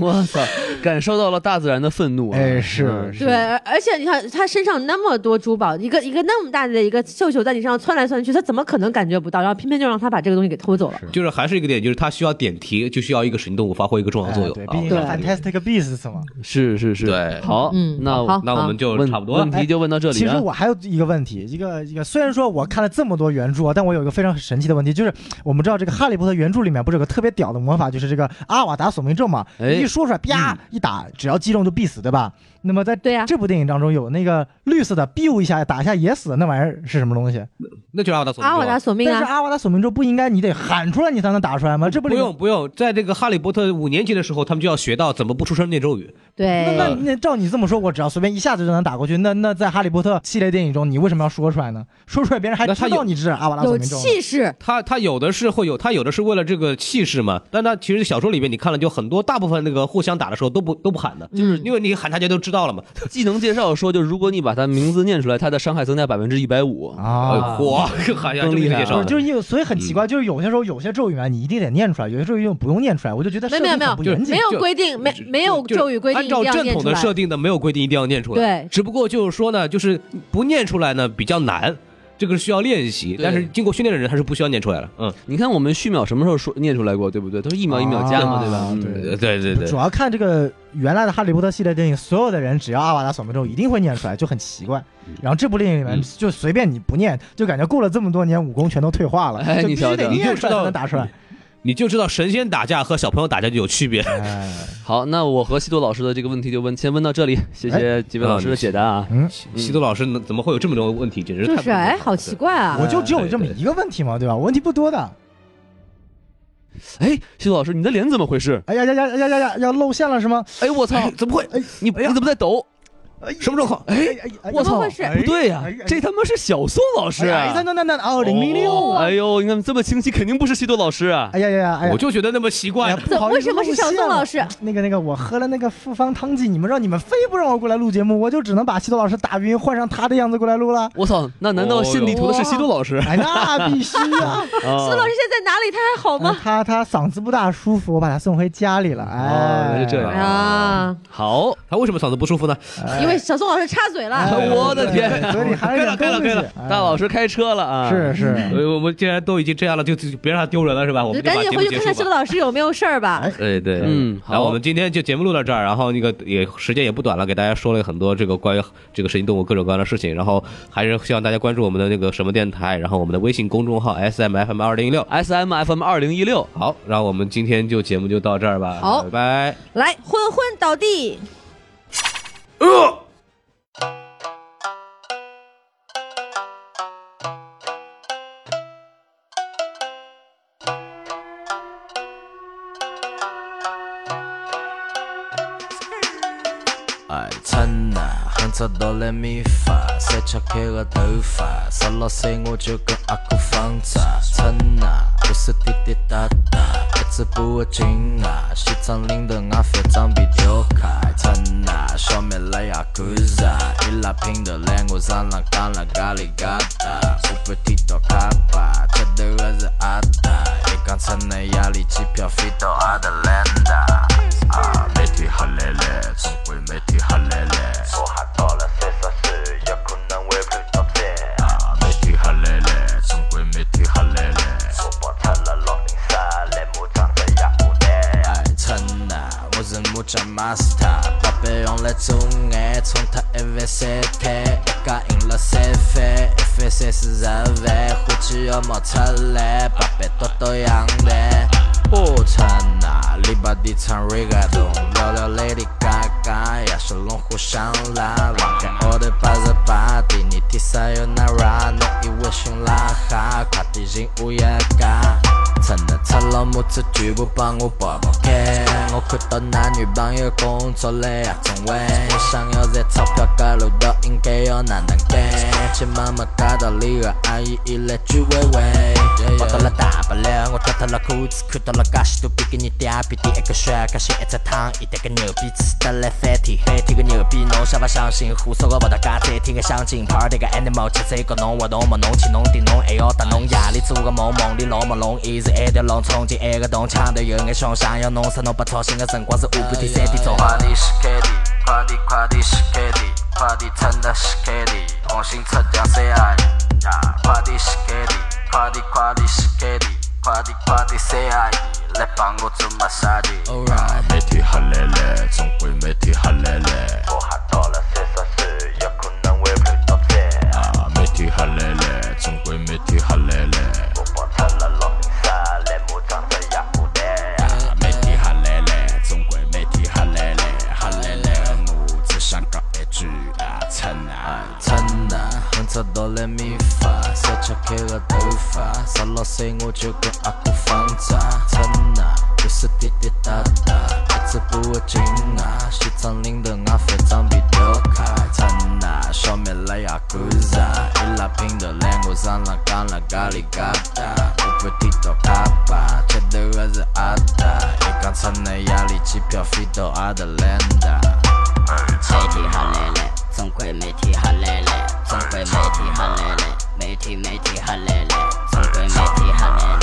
我操，感受到了大自然的愤怒啊！哎是嗯是对，而而且你看他身上那么多珠宝，一个一个那么大的一个绣球在你身上窜来窜去，他怎么可能感觉不到？然后偏偏就让他把这个东西给偷走了。 [laughs] 就是还是一个点，就是它需要点题，就需要一个神动物发挥一个重要作哎用。对，啊毕竟是对 Fantastic Beasts 嘛。是是是，对好，嗯那好那我们就问差不多问了。哎题就问到这里其实啊。我还有一个问题，一个一个，虽然说我看了这么多原著啊，但我有一个非常神奇的问题，就是我们知道这个《哈利波特》原著里面不是有个特别屌的魔法，就是这个阿瓦达索命咒嘛，哎一说出来啪嗯一打，只要击中就必死，对吧？那么在对呀这部电影当中有那个绿色的 biu 一下打一下也死，那玩意儿是什么东西？那就是阿瓦达索命阿咒瓦啊。达索命但是啊，阿瓦达索命咒不应该你得喊出来你才能打出来吗？这不不里面用不用，在这个《哈利波特》五年级的时候，他们就要学到怎么不出声念咒语。那对哎那那照你这么说，我只要随便一下子就能打过去，那那在《哈利波特》系列电影中，你为什么要说出来呢？说出来别人还那他知道有你是阿瓦达索有命咒呢。气势，他他有的是会有，他有的是为了这个气势嘛。但他其实小说里面你看了，就很多大部分那个互相打的时候都不都不喊的，就是因为你喊大家都知道了嘛。技能介绍说，就如果你把他名字念出来，他的伤害增加百分之一百五。哎啊， [laughs] 嚯，喊一下更这么厉一个害介了绍不是，，就是因为所以很奇怪，就是有些时候有些咒语啊，你一定得念出来，有些咒语又不用念出来，我就觉得没有没有没有设计很不严没谨。有规定，没没有就是咒语规定按一照定要正念统出的来。设定的，没有规定一定要念出来。对只不过就是说呢，就是不念出来呢比较难，这个是需要练习，对但是经过训练的人还是不需要念出来了。嗯，你看我们续秒什么时候说念出来过，对不对？都是一秒一秒加嘛，对吧啊？嗯对呃对对对主。要看这个原来的《哈利波特》系列电影，所有的人只要阿瓦达索命咒一定会念出来，就很奇怪。然后这部电影里面嗯就随便你不念，就感觉过了这么多年，武功全都退化了，哎就你必须瞧得瞧念你就出来知才道能打出来。你就知道神仙打架和小朋友打架就有区别。哎，好，那我和西多老师的这个问题就问，先问到这里，谢谢几位老师的解答啊。嗯，西多老师能怎么会有这么多问题？简直就太是哎，好奇。怪啊我！就只有这么对对一个问题嘛，对吧？我问题不多的。哎，西多老师，你的脸怎么回事？哎呀呀呀呀呀呀，要露馅了是吗？哎，我操哎，，怎么会？你你怎么在抖？什么状况？哎哎哎，我怎么操回，事不对呀哎哎，这他妈是小宋老师哎啊！那那那那哦，零零六。哎呦，你看这么清晰，肯定不是西多老师啊。哎呀呀呀！哎呀我就觉得那么奇怪。怎么为什么是小宋老师？那个那个，我喝了那个复方汤剂，你们让你们非不让我过来录节目，我就只能把西多老师打晕，换上他的样子过来录了。我操，那难道献地图的是西多老师？哎， [laughs] 那必须啊！哦宋老师现在在哪里？他还好嗯吗？他他嗓子不大舒服，我把他送回家里了。哦哎，是这样嗯啊，好，他为什么嗓子不舒服呢？哎因为小宋老师插嘴哎了。我的天嘴里含着点该了东西该了。哎大老师开车了啊！是是，呃，我们既然都已经这样了，就就别让他丢人了，是吧？你我们就赶把紧节目回去结看看束修吧。老师有没有事儿吧哎。对对，嗯好然后我们今天就节目录到这儿，然后那个也时间也不短了，给大家说了很多这个关于这个神奇动物各种各样的事情，然后还是希望大家关注我们的那个什么电台，然后我们的微信公众号 S M F M 二零一六。 S M F M 二零一六，好，然后我们今天就节目就到这儿吧，好拜拜。来，昏昏倒地。哎，親啊，肯出到呢咪發，洗出佢個頭髮，十六歲我最近阿哥放炸，親啊，不是滴滴答答，一直不会停啊。西装领头我反正比较开，趁啊，小妹来呀干啥？啊伊拉拼头来我上浪干了咖喱疙瘩，我不提到卡巴，这头还是阿达。一讲趁的压力，机票飞到阿德兰大。啊，每天哈累累，总归每天哈累累。我还到了三十岁，也可能会碰到债。啊，每天哈累累，总归每天哈累累。我把他了老顶山，来木匠的压不呆。爱趁呐，我是木匠 master，把杯用来做爱，从他一万三摊，一家赢了三番，一番三四十万，伙计要冒出来，把杯剁到阳台。我趁呐，篱笆底唱 reggaeton，聊聊 Lady Gaga，也是龙虎上来，晚间熬到八十八点，你天上有那 ra，侬以为新拉哈，快点进乌鸦家。趁能赤老母子全部帮我跑跑开，我看到那女朋友工作来也中晚，我想要赚钞票，搿路道应该要哪能干？去妈妈家道里个阿姨伊来居委会，跑到了大不了，我脱脱了裤子，看到了介许多比基尼店，比点一个帅，搿些一只汤，一点个牛逼，吃得来翻天，翻天个牛逼，侬相勿相信？火烧个跑到家餐厅个香精，派对个 animal 吃这个侬活动没侬去侬顶侬还要搭侬夜里做个梦，梦里老朦胧，一直一条龙冲进一个洞，腔头有眼凶，想要弄死侬不操心个辰光是下半天三点钟。快点洗开的，快点快点洗开的，快点趁的洗开的，红心出江三爱，呀，快点洗开的，快点快点洗开的，快点快点三爱。来帮我做 massage。每天哈累累，总归每天哈累累。我还到了三十岁，有可能会碰到债。啊，每天哈累累，总归每天哈累累。啊我跑出了老名山，来木匠的雅虎带。啊，每天哈累累，总归每天哈累累，哈累累的我只想讲一句啊，趁啊趁啊，哼着哆来咪发，三七开个头发，十六岁我就跟阿哥放债，趁啊就是滴滴答答，一直不会停啊，西装领头我反正比调开，趁啊小妹来呀干啥，伊拉拼头来我上浪讲了咖喱疙瘩，我不提到卡巴，吃头还是阿达，一讲趁的压力，机票飞到阿德兰大。每天哈累累，总归每天哈累累，总归每天哈累累，每天每天哈累累，总归每天哈累累。